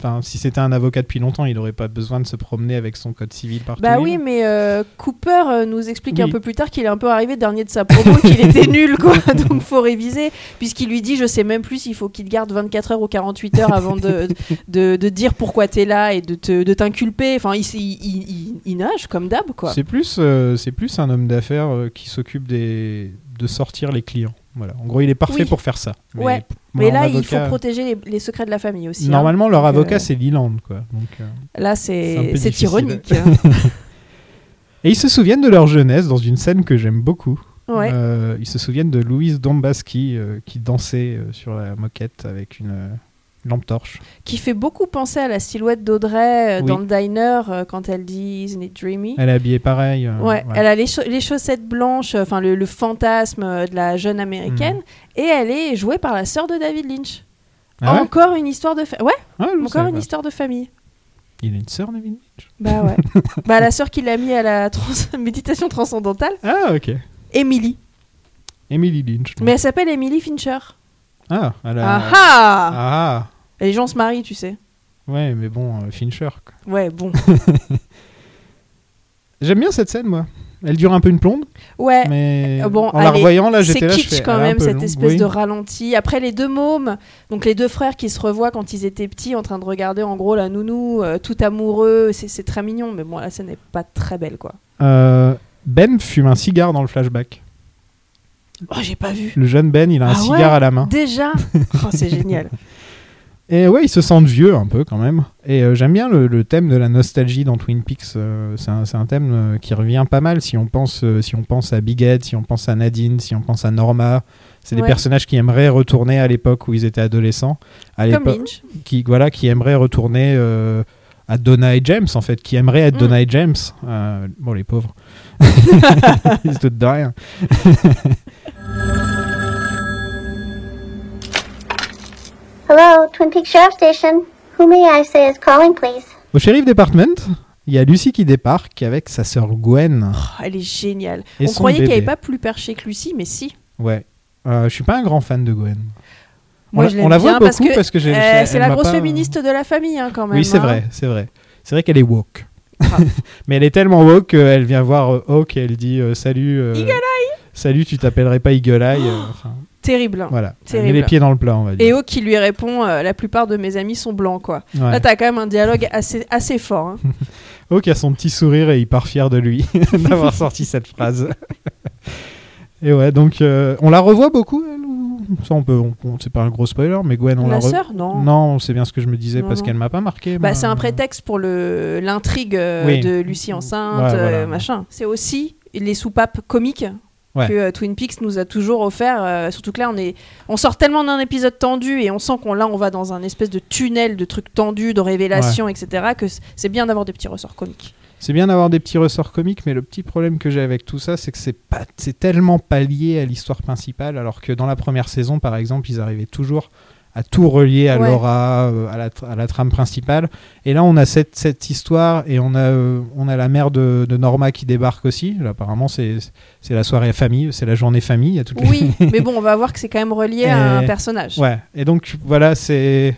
[SPEAKER 2] enfin, si c'était un avocat depuis longtemps, il n'aurait pas besoin de se promener avec son code civil partout.
[SPEAKER 3] Bah oui, mais euh, Cooper euh, nous explique un
[SPEAKER 2] Oui.
[SPEAKER 3] peu plus tard qu'il est un peu arrivé dernier de sa promo, (laughs) qu'il était nul, quoi. Donc faut réviser, puisqu'il lui dit, je sais même plus s'il faut qu'il te garde 24 heures ou 48 heures avant de,
[SPEAKER 2] (laughs)
[SPEAKER 3] de, de dire pourquoi t'es là et de te- de t'inculper. enfin, il, s- il, il- il- il nage comme d'hab, quoi.
[SPEAKER 2] C'est plus, euh, c'est plus un homme d'affaires euh, qui s'occupe des... de sortir les clients. Voilà. En gros, il est parfait
[SPEAKER 3] Oui.
[SPEAKER 2] pour faire ça.
[SPEAKER 3] Ouais.
[SPEAKER 2] p-
[SPEAKER 3] Mais
[SPEAKER 2] leur
[SPEAKER 3] là, il faut
[SPEAKER 2] avocat-
[SPEAKER 3] protéger les, les secrets de la famille aussi. hein.
[SPEAKER 2] Normalement, leur
[SPEAKER 3] Donc,
[SPEAKER 2] avocat,
[SPEAKER 3] euh,
[SPEAKER 2] c'est Leland. Quoi. Donc, euh,
[SPEAKER 3] Là,
[SPEAKER 2] c'est un peu
[SPEAKER 3] c'est c'est
[SPEAKER 2] difficile. (laughs)
[SPEAKER 3] ironique. hein.
[SPEAKER 2] Et ils se souviennent de leur jeunesse dans une scène que j'aime beaucoup.
[SPEAKER 3] Ouais.
[SPEAKER 2] Euh, ils se souviennent de Louise Dombaski euh, qui dansait euh, sur la moquette avec une, euh, Lampe torche.
[SPEAKER 3] qui fait beaucoup penser à la silhouette d'Audrey euh,
[SPEAKER 2] Oui.
[SPEAKER 3] dans le diner euh, quand elle dit Isn't it dreamy
[SPEAKER 2] Elle est habillée pareil. euh,
[SPEAKER 3] Ouais, elle a les, cha- les chaussettes blanches, euh, enfin le, le fantasme euh, de la jeune américaine, et elle est jouée par la sœur de David Lynch.
[SPEAKER 2] Mmh. Ah ouais
[SPEAKER 3] encore une histoire de famille. Ouais,
[SPEAKER 2] Ah, je
[SPEAKER 3] encore
[SPEAKER 2] savais
[SPEAKER 3] une
[SPEAKER 2] pas.
[SPEAKER 3] histoire de famille.
[SPEAKER 2] Il a une sœur, David Lynch (laughs)
[SPEAKER 3] Bah ouais. bah la sœur qui l'a mis à la trans- (laughs) méditation transcendantale,
[SPEAKER 2] Ah, ok.
[SPEAKER 3] Emily.
[SPEAKER 2] Emily Lynch. donc.
[SPEAKER 3] Mais elle s'appelle Emily Fincher.
[SPEAKER 2] Ah, elle a-
[SPEAKER 3] Ah ah
[SPEAKER 2] Ah,
[SPEAKER 3] Et Les gens se marient, tu sais.
[SPEAKER 2] ouais, mais bon, euh, Fincher. quoi. (laughs)
[SPEAKER 3] Ouais, bon.
[SPEAKER 2] J'aime bien cette scène, moi. Elle dure un peu une plombe,
[SPEAKER 3] Ouais.
[SPEAKER 2] mais
[SPEAKER 3] euh, bon,
[SPEAKER 2] en la
[SPEAKER 3] allez,
[SPEAKER 2] revoyant, là,
[SPEAKER 3] C'est
[SPEAKER 2] Ah, j'étais là, je
[SPEAKER 3] kitsch
[SPEAKER 2] fais,
[SPEAKER 3] quand
[SPEAKER 2] elle est un
[SPEAKER 3] même
[SPEAKER 2] peu
[SPEAKER 3] cette
[SPEAKER 2] longue.
[SPEAKER 3] espèce
[SPEAKER 2] Oui.
[SPEAKER 3] de ralenti. Après les deux mômes, donc les deux frères qui se revoient quand ils étaient petits en train de regarder en gros la nounou, euh, tout amoureux, c'est c'est très mignon, mais bon la scène n'est pas très belle quoi.
[SPEAKER 2] Euh, Ben fume un cigare dans le flashback.
[SPEAKER 3] Oh j'ai pas vu.
[SPEAKER 2] Le jeune Ben, il a un
[SPEAKER 3] Ah ouais
[SPEAKER 2] cigare à la main. (laughs)
[SPEAKER 3] Déjà, oh, c'est génial.
[SPEAKER 2] Et ouais, ils se sentent vieux un peu quand même. Et euh, j'aime bien le, le thème de la nostalgie dans Twin Peaks. euh, c'est un, c'est un thème euh, qui revient pas mal si on pense, euh, si on pense à Big Ed, si on pense à Nadine, si on pense à Norma. C'est des
[SPEAKER 3] Ouais.
[SPEAKER 2] personnages qui aimeraient retourner à l'époque où ils étaient adolescents. À
[SPEAKER 3] Comme
[SPEAKER 2] l'époque-
[SPEAKER 3] Lynch.
[SPEAKER 2] qui voilà qui aimerait retourner euh, à Donna et James en fait qui aimerait être
[SPEAKER 3] Mm.
[SPEAKER 2] Donna et James Euh, bon les
[SPEAKER 3] (laughs)
[SPEAKER 2] pauvres ils se doutent de rien
[SPEAKER 5] Hello, Twin Peaks Sheriff Station. Who may I say is calling, please?
[SPEAKER 2] au shérif department il y a Lucy qui débarque avec sa sœur Gwen
[SPEAKER 3] Oh, elle est géniale.
[SPEAKER 2] Et
[SPEAKER 3] On
[SPEAKER 2] son
[SPEAKER 3] croyait qu'elle
[SPEAKER 2] bébé.
[SPEAKER 3] n'est pas plus perchée que Lucie, mais si.
[SPEAKER 2] ouais Euh, je suis pas un grand fan de Gwen
[SPEAKER 3] Moi
[SPEAKER 2] on,
[SPEAKER 3] je
[SPEAKER 2] la-
[SPEAKER 3] l'aime
[SPEAKER 2] on la voit
[SPEAKER 3] bien
[SPEAKER 2] beaucoup
[SPEAKER 3] parce que
[SPEAKER 2] parce que j'ai-
[SPEAKER 3] euh,
[SPEAKER 2] j'ai-
[SPEAKER 3] c'est
[SPEAKER 2] elle
[SPEAKER 3] la
[SPEAKER 2] m'a
[SPEAKER 3] grosse
[SPEAKER 2] pas-
[SPEAKER 3] féministe de la famille hein, quand même.
[SPEAKER 2] oui c'est
[SPEAKER 3] hein. Ah.
[SPEAKER 2] vrai c'est vrai c'est vrai qu'elle est woke
[SPEAKER 3] Grave.
[SPEAKER 2] (laughs) mais elle est tellement woke qu'elle vient voir euh, Hawk et elle dit euh, salut euh,
[SPEAKER 3] Eagle
[SPEAKER 2] salut tu t'appellerais pas Eagle Eye Euh, enfin,
[SPEAKER 3] Terrible. hein.
[SPEAKER 2] voilà elle met
[SPEAKER 3] Oh. Terrible.
[SPEAKER 2] les pieds dans le plat on va dire
[SPEAKER 3] Et O qui lui répond euh, la plupart de mes amis sont blancs quoi.
[SPEAKER 2] Ouais.
[SPEAKER 3] Là t'as quand même un dialogue assez assez fort. hein.
[SPEAKER 2] Oh, qui a son petit sourire et il part fier de lui (laughs) d'avoir sorti cette phrase. (laughs) et ouais, donc euh, on la revoit beaucoup, elle ou... Ça, on peut, on, on- c'est pas un gros spoiler, mais Gwen, on la,
[SPEAKER 3] la
[SPEAKER 2] revoit.
[SPEAKER 3] sœur non.
[SPEAKER 2] Non, c'est bien ce que je me disais
[SPEAKER 3] Non,
[SPEAKER 2] parce
[SPEAKER 3] non.
[SPEAKER 2] qu'elle m'a pas marqué.
[SPEAKER 3] Bah,
[SPEAKER 2] moi.
[SPEAKER 3] c'est un prétexte pour le l'intrigue euh,
[SPEAKER 2] Hmm. Oui.
[SPEAKER 3] de Lucie enceinte,
[SPEAKER 2] Ouais,
[SPEAKER 3] euh,
[SPEAKER 2] voilà.
[SPEAKER 3] machin. C'est aussi les soupapes comiques
[SPEAKER 2] Ouais.
[SPEAKER 3] que euh, Twin Peaks nous a toujours offert. euh, surtout que là, on est, on sort tellement d'un épisode tendu et on sent qu'on là, on va dans un espèce de tunnel de trucs tendus, de révélations, etc. Que c- c'est bien d'avoir des petits ressorts comiques.
[SPEAKER 2] C'est bien d'avoir des petits ressorts comiques, mais le petit problème que j'ai avec tout ça, c'est que c'est pas, c'est tellement pas lié à l'histoire principale, alors que dans la première saison, par exemple, ils arrivaient toujours à tout relier à
[SPEAKER 3] Ouais.
[SPEAKER 2] l'aura, euh, à la, tr- à la trame principale. Et là, on a cette, cette histoire et on a, euh, on a la mère de, de Norma qui débarque aussi. Là, apparemment, c'est, c'est la soirée famille, c'est la journée famille. Il y a toutes les- (laughs)
[SPEAKER 3] Oui, mais bon, on va voir que c'est quand même relié à un
[SPEAKER 2] Et-
[SPEAKER 3] personnage.
[SPEAKER 2] Ouais, et donc voilà, c'est.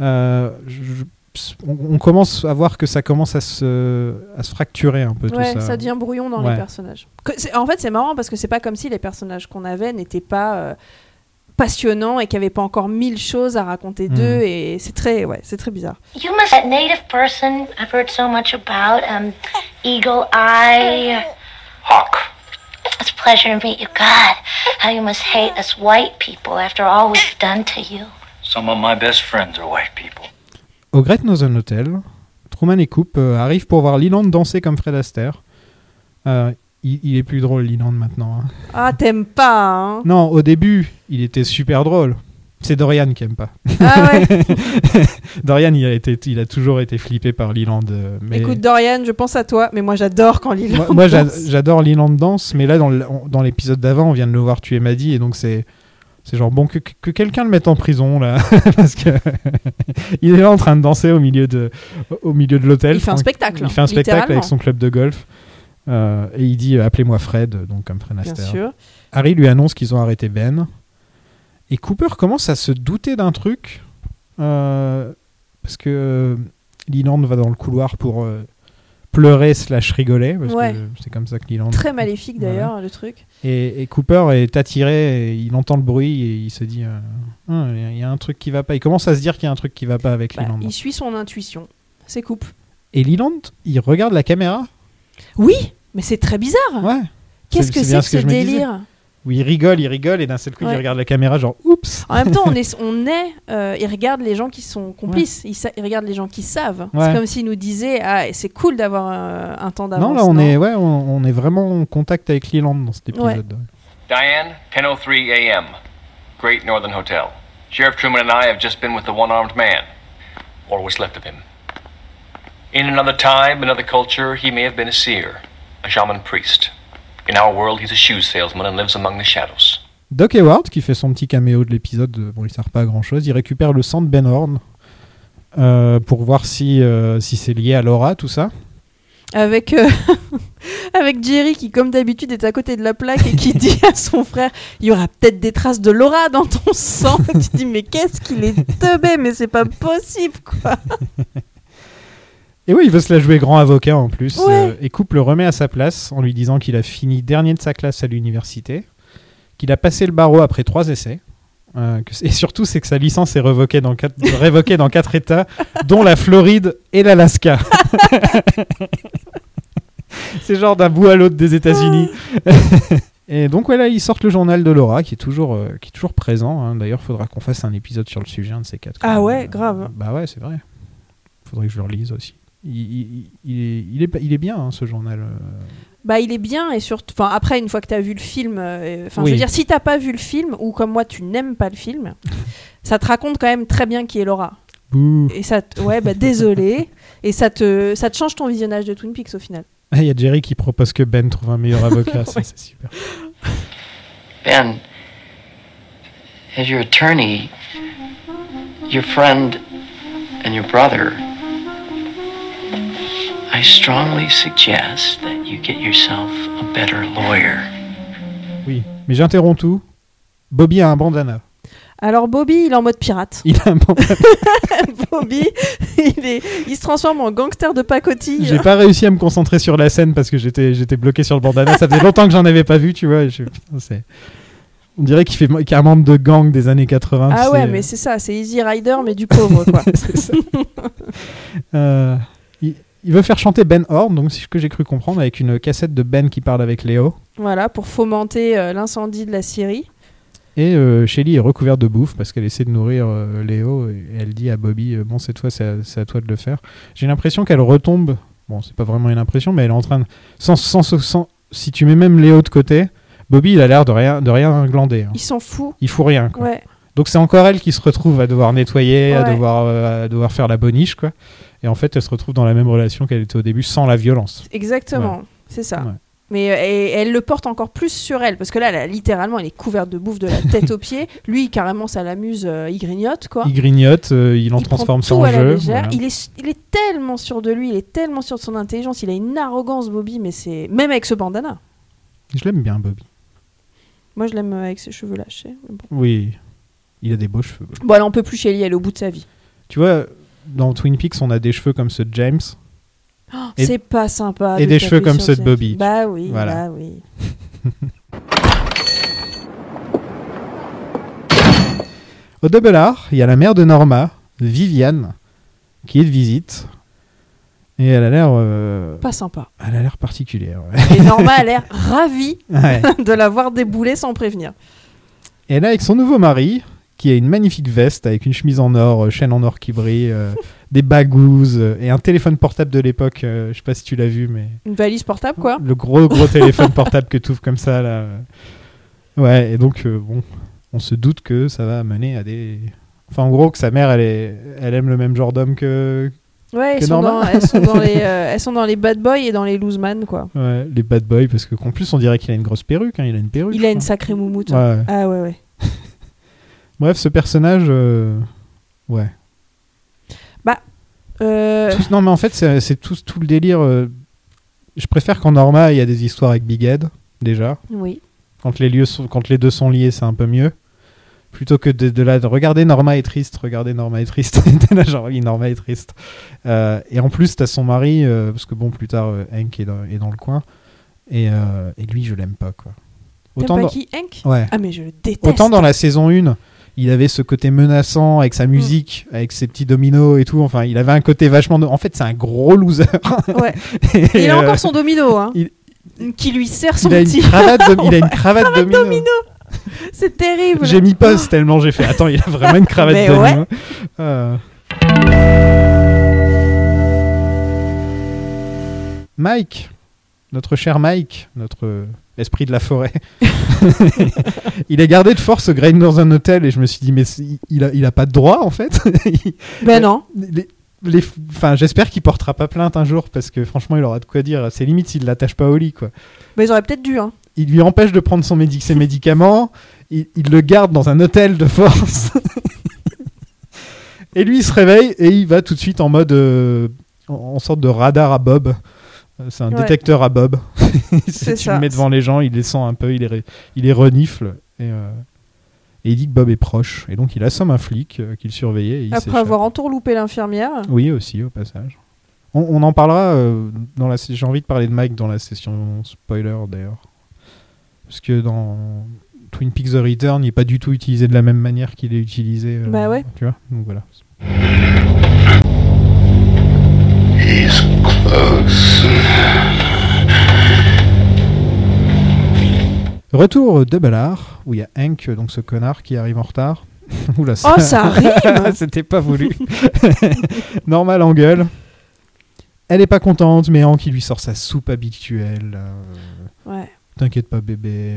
[SPEAKER 2] euh, je- je- on, on commence à voir que ça commence à se, à se fracturer un peu
[SPEAKER 3] Ouais,
[SPEAKER 2] tout ça.
[SPEAKER 3] ça devient brouillon dans
[SPEAKER 2] Ouais.
[SPEAKER 3] les personnages. Que- c'est- en fait, c'est marrant parce que c'est pas comme si les personnages qu'on avait n'étaient pas euh, passionnants et qu'il n'y avait pas encore mille choses à raconter
[SPEAKER 2] Mhm.
[SPEAKER 3] d'eux. Et c'est très, ouais, c'est très bizarre.
[SPEAKER 6] You must a native person I've heard so much about. (laughs) Um, Eagle Eye.
[SPEAKER 4] Hawk.
[SPEAKER 6] It's a pleasure to meet you. God, how you must hate us white people after all we've done to you.
[SPEAKER 7] Some of my best friends are white people.
[SPEAKER 2] Au Great Northern Hotel, Truman et Coop euh, arrivent pour voir Leland danser comme Fred Astaire. Euh, il, il est plus drôle, Leland,
[SPEAKER 3] (laughs)
[SPEAKER 2] maintenant. hein.
[SPEAKER 3] Ah, t'aimes pas,
[SPEAKER 2] (laughs)
[SPEAKER 3] hein
[SPEAKER 2] Non, au début, il était super drôle. C'est Dorian qui aime
[SPEAKER 3] (laughs)
[SPEAKER 2] pas.
[SPEAKER 3] Ah ouais.
[SPEAKER 2] Dorian, il a, été, il a toujours été flippé par Leland. euh, mais...
[SPEAKER 3] Écoute, Dorian, je pense à toi, mais moi j'adore quand Lilan.
[SPEAKER 2] moi, moi, j'a-
[SPEAKER 3] danse.
[SPEAKER 2] j'adore Leland danse, mais là, dans le- on- dans l'épisode d'avant, on vient de le voir tuer Maddy, et donc c'est. C'est genre, bon, que, que- que quelqu'un le mette en prison, là, (laughs) parce que il est là en train de danser au milieu de, au milieu de l'hôtel.
[SPEAKER 3] Il fait un
[SPEAKER 2] Franck-
[SPEAKER 3] spectacle, hein,
[SPEAKER 2] Il fait un spectacle avec
[SPEAKER 3] littéralement.
[SPEAKER 2] son club de golf. Euh, et il dit, euh, appelez-moi Fred, donc comme Fred
[SPEAKER 3] Bien
[SPEAKER 2] Astaire.
[SPEAKER 3] sûr.
[SPEAKER 2] Harry lui annonce qu'ils ont arrêté Ben. Et Cooper commence à se douter d'un truc. euh, parce que euh, Leland va dans le couloir pour euh, pleurer slash rigoler. Parce
[SPEAKER 3] Ouais.
[SPEAKER 2] que c'est comme ça que Leland...
[SPEAKER 3] Très maléfique d'ailleurs, le truc.
[SPEAKER 2] Et, et Cooper est attiré, et il entend le bruit et il se dit... euh, Ah, Il y a un truc qui va pas. Il commence à se dire qu'il y a un truc qui va pas avec
[SPEAKER 3] Bah,
[SPEAKER 2] Leland.
[SPEAKER 3] il suit son intuition. C'est coupe.
[SPEAKER 2] Et Leland, il regarde la caméra.
[SPEAKER 3] Oui, mais c'est très bizarre.
[SPEAKER 2] Ouais.
[SPEAKER 3] Qu'est-ce que c'est
[SPEAKER 2] bien
[SPEAKER 3] que ce
[SPEAKER 2] je me disais.
[SPEAKER 3] délire
[SPEAKER 2] Où il rigole, il rigole, et d'un seul coup,
[SPEAKER 3] Ouais.
[SPEAKER 2] il regarde la caméra, genre, oups.
[SPEAKER 3] En même temps,
[SPEAKER 2] (laughs)
[SPEAKER 3] on est, on est euh, il regarde les gens qui sont complices, il, sa- il regarde les gens qui savent.
[SPEAKER 2] Ouais.
[SPEAKER 3] C'est comme s'il nous disait, ah, et c'est cool d'avoir euh, un temps d'avance.
[SPEAKER 2] Non, là, on est, ouais, on, on est vraiment en contact avec Leland dans cet
[SPEAKER 3] Ouais.
[SPEAKER 2] épisode.
[SPEAKER 8] oh
[SPEAKER 7] Diane, 10:03 a.m. Great Northern Hotel.
[SPEAKER 8] Sheriff Truman and I have just been with the one armed man, or what's left of him. In another time, another culture, he may have been a seer, a shaman priest. In our world, he's a shoe salesman and lives among the shadows.
[SPEAKER 2] Doc Hayward, qui fait son petit caméo de l'épisode, euh, bon, il sert pas à grand chose, il récupère le sang de Ben Horn euh, pour voir si, euh, si c'est lié à Laura, tout ça.
[SPEAKER 3] Avec, euh, (laughs) avec Jerry qui, comme d'habitude, est à côté de la plaque et
[SPEAKER 2] (laughs)
[SPEAKER 3] qui dit à son frère Il y aura peut-être des traces de Laura dans ton sang. (laughs) tu te dis Mais qu'est-ce qu'il est teubé Mais c'est pas possible, quoi.
[SPEAKER 2] Et oui, il veut se la jouer grand avocat en plus.
[SPEAKER 3] Ouais.
[SPEAKER 2] euh, et Coupe le remet à sa place en lui disant qu'il a fini dernier de sa classe à l'université, qu'il a passé le barreau après trois essais. euh, que c'est- et surtout, c'est que sa licence est revoquée dans quatre, (laughs) révoquée dans quatre États, dont la Floride et
[SPEAKER 3] (laughs)
[SPEAKER 2] l'Alaska. c'est genre d'un bout à l'autre des États-Unis.
[SPEAKER 3] Ah.
[SPEAKER 2] et donc, voilà, ils sortent le journal de Laura, qui est toujours, euh, qui est toujours présent. hein. D'ailleurs, faudra qu'on fasse un épisode sur le sujet, un de ces quatre.
[SPEAKER 3] Ah
[SPEAKER 2] quand même.
[SPEAKER 3] ouais, grave.
[SPEAKER 2] Bah ouais, c'est vrai faudrait que je le relise aussi. Il, il- il- il est, il, est, pas- il est bien hein, ce journal. euh.
[SPEAKER 3] Bah, il est bien, et surtout. Enfin, après, une fois que t'as vu le film. euh, Enfin,
[SPEAKER 2] Oui.
[SPEAKER 3] je veux dire, si t'as pas vu le film, ou comme moi, tu n'aimes pas le film, ça te raconte quand même très bien qui est Laura.
[SPEAKER 2] Bouh.
[SPEAKER 3] Et ça. te- Ouais, bah, désolé. Et ça te, ça te change ton visionnage de Twin Peaks au final.
[SPEAKER 2] Ah, Il y a Jerry qui propose que Ben trouve un meilleur
[SPEAKER 3] (laughs)
[SPEAKER 2] avocat. Ça, c'est super.
[SPEAKER 1] Ben, as your attorney, your friend, and your brother, I strongly suggest that you get yourself a better lawyer.
[SPEAKER 2] Oui, mais j'interromps tout. Bobby a un bandana.
[SPEAKER 3] Alors, Bobby, il est en mode pirate. (laughs)
[SPEAKER 2] Il a un bandana.
[SPEAKER 3] Bobby, il, est, il se transforme en gangster de pacotille.
[SPEAKER 2] J'ai pas réussi à me concentrer sur la scène parce que j'étais j'étais bloqué sur le bandana. Ça faisait longtemps que j'en avais pas vu, tu vois. et je- putain, c'est- On dirait qu'il fait qu'il y a un membre de gang des années 80.
[SPEAKER 3] Ah
[SPEAKER 2] tu
[SPEAKER 3] ouais,
[SPEAKER 2] sais.
[SPEAKER 3] mais c'est ça, c'est Easy Rider, mais du pauvre, quoi.
[SPEAKER 2] (laughs) C'est ça. Euh, il, il veut faire chanter Ben Horn, donc c'est ce que j'ai cru comprendre, avec une cassette de Ben qui parle avec Léo.
[SPEAKER 3] voilà, pour fomenter euh, l'incendie de la Syrie.
[SPEAKER 2] Et euh, Shelly est recouverte de bouffe parce qu'elle essaie de nourrir euh, Léo et elle dit à Bobby euh, Bon, cette fois, c'est à, c'est à toi de le faire. J'ai l'impression qu'elle retombe. Bon, c'est pas vraiment une impression, mais elle est en train de. Sans, sans, sans- si tu mets même Léo de côté, Bobby, il a l'air de rien, de rien glander. hein.
[SPEAKER 3] Il s'en fout.
[SPEAKER 2] Il fout rien. Quoi.
[SPEAKER 3] Ouais.
[SPEAKER 2] Donc, c'est encore elle qui se retrouve à devoir nettoyer, à,
[SPEAKER 3] Ouais.
[SPEAKER 2] devoir, euh, à devoir faire la boniche, quoi. Et en fait, elle se retrouve dans la même relation qu'elle était au début, sans la violence.
[SPEAKER 3] Exactement, c'est ça.
[SPEAKER 2] Ouais.
[SPEAKER 3] Mais euh, et- et elle le porte encore plus sur elle, parce que là, elle a- littéralement, elle est couverte de bouffe de la tête aux pieds. Lui, carrément, ça l'amuse, euh, il grignote, quoi.
[SPEAKER 2] Il grignote, euh, il en
[SPEAKER 3] Il prend
[SPEAKER 2] transforme ça
[SPEAKER 3] tout
[SPEAKER 2] en
[SPEAKER 3] à la
[SPEAKER 2] jeu.
[SPEAKER 3] légère.
[SPEAKER 2] voilà.
[SPEAKER 3] Il, est, il est tellement sûr de lui, il est tellement sûr de son intelligence, il a une arrogance, Bobby, mais c'est. Même avec ce bandana.
[SPEAKER 2] Je l'aime bien, Bobby.
[SPEAKER 3] Moi, je l'aime euh, avec ses cheveux lâchés. mais Bon,
[SPEAKER 2] Oui, il a des beaux cheveux.
[SPEAKER 3] bon elle en peut plus, Shelly, elle est au bout de sa vie.
[SPEAKER 2] Tu vois, dans Twin Peaks, on a des cheveux comme ceux de James. Et-
[SPEAKER 3] Oh, C'est pas sympa.
[SPEAKER 2] et
[SPEAKER 3] de
[SPEAKER 2] des
[SPEAKER 3] taper
[SPEAKER 2] cheveux comme
[SPEAKER 3] sur
[SPEAKER 2] ceux de
[SPEAKER 3] Jack.
[SPEAKER 2] Bobby.
[SPEAKER 3] Bah oui,
[SPEAKER 2] Voilà.
[SPEAKER 3] bah oui.
[SPEAKER 2] Au double R, il y a la mère de Norma, Viviane, qui est de visite. Et elle a l'air, euh,
[SPEAKER 3] Pas sympa.
[SPEAKER 2] elle a l'air particulière. ouais. (laughs)
[SPEAKER 3] (laughs) Et Norma a l'air ravie
[SPEAKER 2] Ouais.
[SPEAKER 3] de l'avoir déboulé sans prévenir.
[SPEAKER 2] Et elle est avec son nouveau mari, qui a une magnifique veste avec une chemise en or, euh, chaîne en or qui brille, euh, des bagouses euh, et un téléphone portable de l'époque. euh, je sais pas si tu l'as vu, mais
[SPEAKER 3] Une valise portable, quoi.
[SPEAKER 2] le gros gros téléphone (laughs) portable que t'ouvres comme ça là. Ouais, et donc euh, bon, on se doute que ça va mener à des enfin en gros que sa mère elle est elle aime le même genre d'homme que
[SPEAKER 3] Ouais,
[SPEAKER 2] Que
[SPEAKER 3] elles sont, dans,
[SPEAKER 2] Norma. (laughs)
[SPEAKER 3] elles, sont dans les, euh, elles sont dans les bad boys et dans les loose man, quoi.
[SPEAKER 2] ouais, les bad boys parce que qu'en plus on dirait qu'il a une grosse perruque, hein, il a une perruque.
[SPEAKER 3] Il a
[SPEAKER 2] je
[SPEAKER 3] une
[SPEAKER 2] crois.
[SPEAKER 3] sacrée moumoute.
[SPEAKER 2] Ouais, ouais.
[SPEAKER 3] Ah ouais, ouais.
[SPEAKER 2] Bref, ce personnage euh, ouais.
[SPEAKER 3] Euh,
[SPEAKER 2] Tout- non mais en fait c'est c'est tout tout le délire euh, je préfère qu'en Norma, il y a des histoires avec Big Ed déjà.
[SPEAKER 3] oui.
[SPEAKER 2] Quand les lieux sont- quand les deux sont liés, c'est un peu mieux. Plutôt que de, de la de regarder Norma est triste, regarder Norma est triste. (laughs) T'es là, genre oui, Norma est triste. Euh, et en plus, t'as son mari, euh, parce que bon, plus tard, euh, Hank est dans, est dans le coin. Et, euh, et lui, je l'aime pas, quoi.
[SPEAKER 3] T'aimes
[SPEAKER 2] Autant
[SPEAKER 3] pas
[SPEAKER 2] dans,
[SPEAKER 3] qui Hank
[SPEAKER 2] ouais.
[SPEAKER 3] Ah, mais je le déteste. Mm.
[SPEAKER 2] Autant dans la saison 1, il avait ce côté menaçant avec sa musique, avec ses petits dominos et tout. Enfin, il avait un côté vachement. de- En fait, c'est un gros loser. (laughs)
[SPEAKER 3] Ouais.
[SPEAKER 2] Et,
[SPEAKER 3] Il a
[SPEAKER 2] euh,
[SPEAKER 3] encore son domino, hein.
[SPEAKER 2] il-
[SPEAKER 3] Qui lui sert son
[SPEAKER 2] il a une
[SPEAKER 3] petit.
[SPEAKER 2] cravate, de- il a une
[SPEAKER 3] (laughs)
[SPEAKER 2] cravate domino.
[SPEAKER 3] C'est terrible.
[SPEAKER 2] J'ai mis pause tellement j'ai fait. Attends, il a vraiment une cravate
[SPEAKER 3] Mais
[SPEAKER 2] de
[SPEAKER 3] ouais.
[SPEAKER 2] Nîmes. Euh. Mike, notre cher Mike, notre euh, esprit de la
[SPEAKER 3] (laughs)
[SPEAKER 2] forêt, il a gardé de force Grain dans un hôtel et je me suis dit, mais c'est- il a, il a pas de droit en fait. (laughs) Il-
[SPEAKER 3] Ben non.
[SPEAKER 2] les- les- Enfin, j'espère qu'il portera pas plainte un jour parce que franchement, il aura de quoi dire. C'est limite s'il l'attache pas au lit, quoi.
[SPEAKER 3] Mais ils auraient peut-être dû. Hein.
[SPEAKER 2] Il lui empêche de prendre son médic- ses médicaments. Il, il le garde dans un hôtel de force. (laughs) et lui, il se réveille et il va tout de suite en mode. euh, en- en sorte de radar à Bob. Euh, C'est un
[SPEAKER 3] Ouais.
[SPEAKER 2] détecteur à Bob. (laughs)
[SPEAKER 3] C'est
[SPEAKER 2] tu
[SPEAKER 3] ça.
[SPEAKER 2] le mets devant les gens, il les sent un peu, il les, re- il les renifle. Et, euh, et il dit que Bob est proche. Et donc, il assomme un flic euh, qu'il surveillait. Et il
[SPEAKER 3] Après
[SPEAKER 2] s'échappe.
[SPEAKER 3] avoir
[SPEAKER 2] (laughs)
[SPEAKER 3] entourloupé l'infirmière.
[SPEAKER 2] Oui, aussi, au passage. On, on en parlera euh, dans la. J'ai envie de parler de Mike dans la session spoiler d'ailleurs, parce que dans Twin Peaks The Return, il n'est pas du tout utilisé de la même manière qu'il est utilisé. euh,
[SPEAKER 3] Bah ouais.
[SPEAKER 2] Tu vois. Donc voilà.
[SPEAKER 9] He's close.
[SPEAKER 2] Retour de Ballard, où il y a Hank, euh, donc ce connard qui arrive en retard. (laughs) Oula,
[SPEAKER 3] Oh, ça
[SPEAKER 2] (laughs)
[SPEAKER 3] rime
[SPEAKER 2] C'était pas voulu. (laughs) Normal en gueule. Elle est pas contente, mais Hank il lui sort sa soupe habituelle. euh,
[SPEAKER 3] Ouais.
[SPEAKER 2] T'inquiète pas, bébé.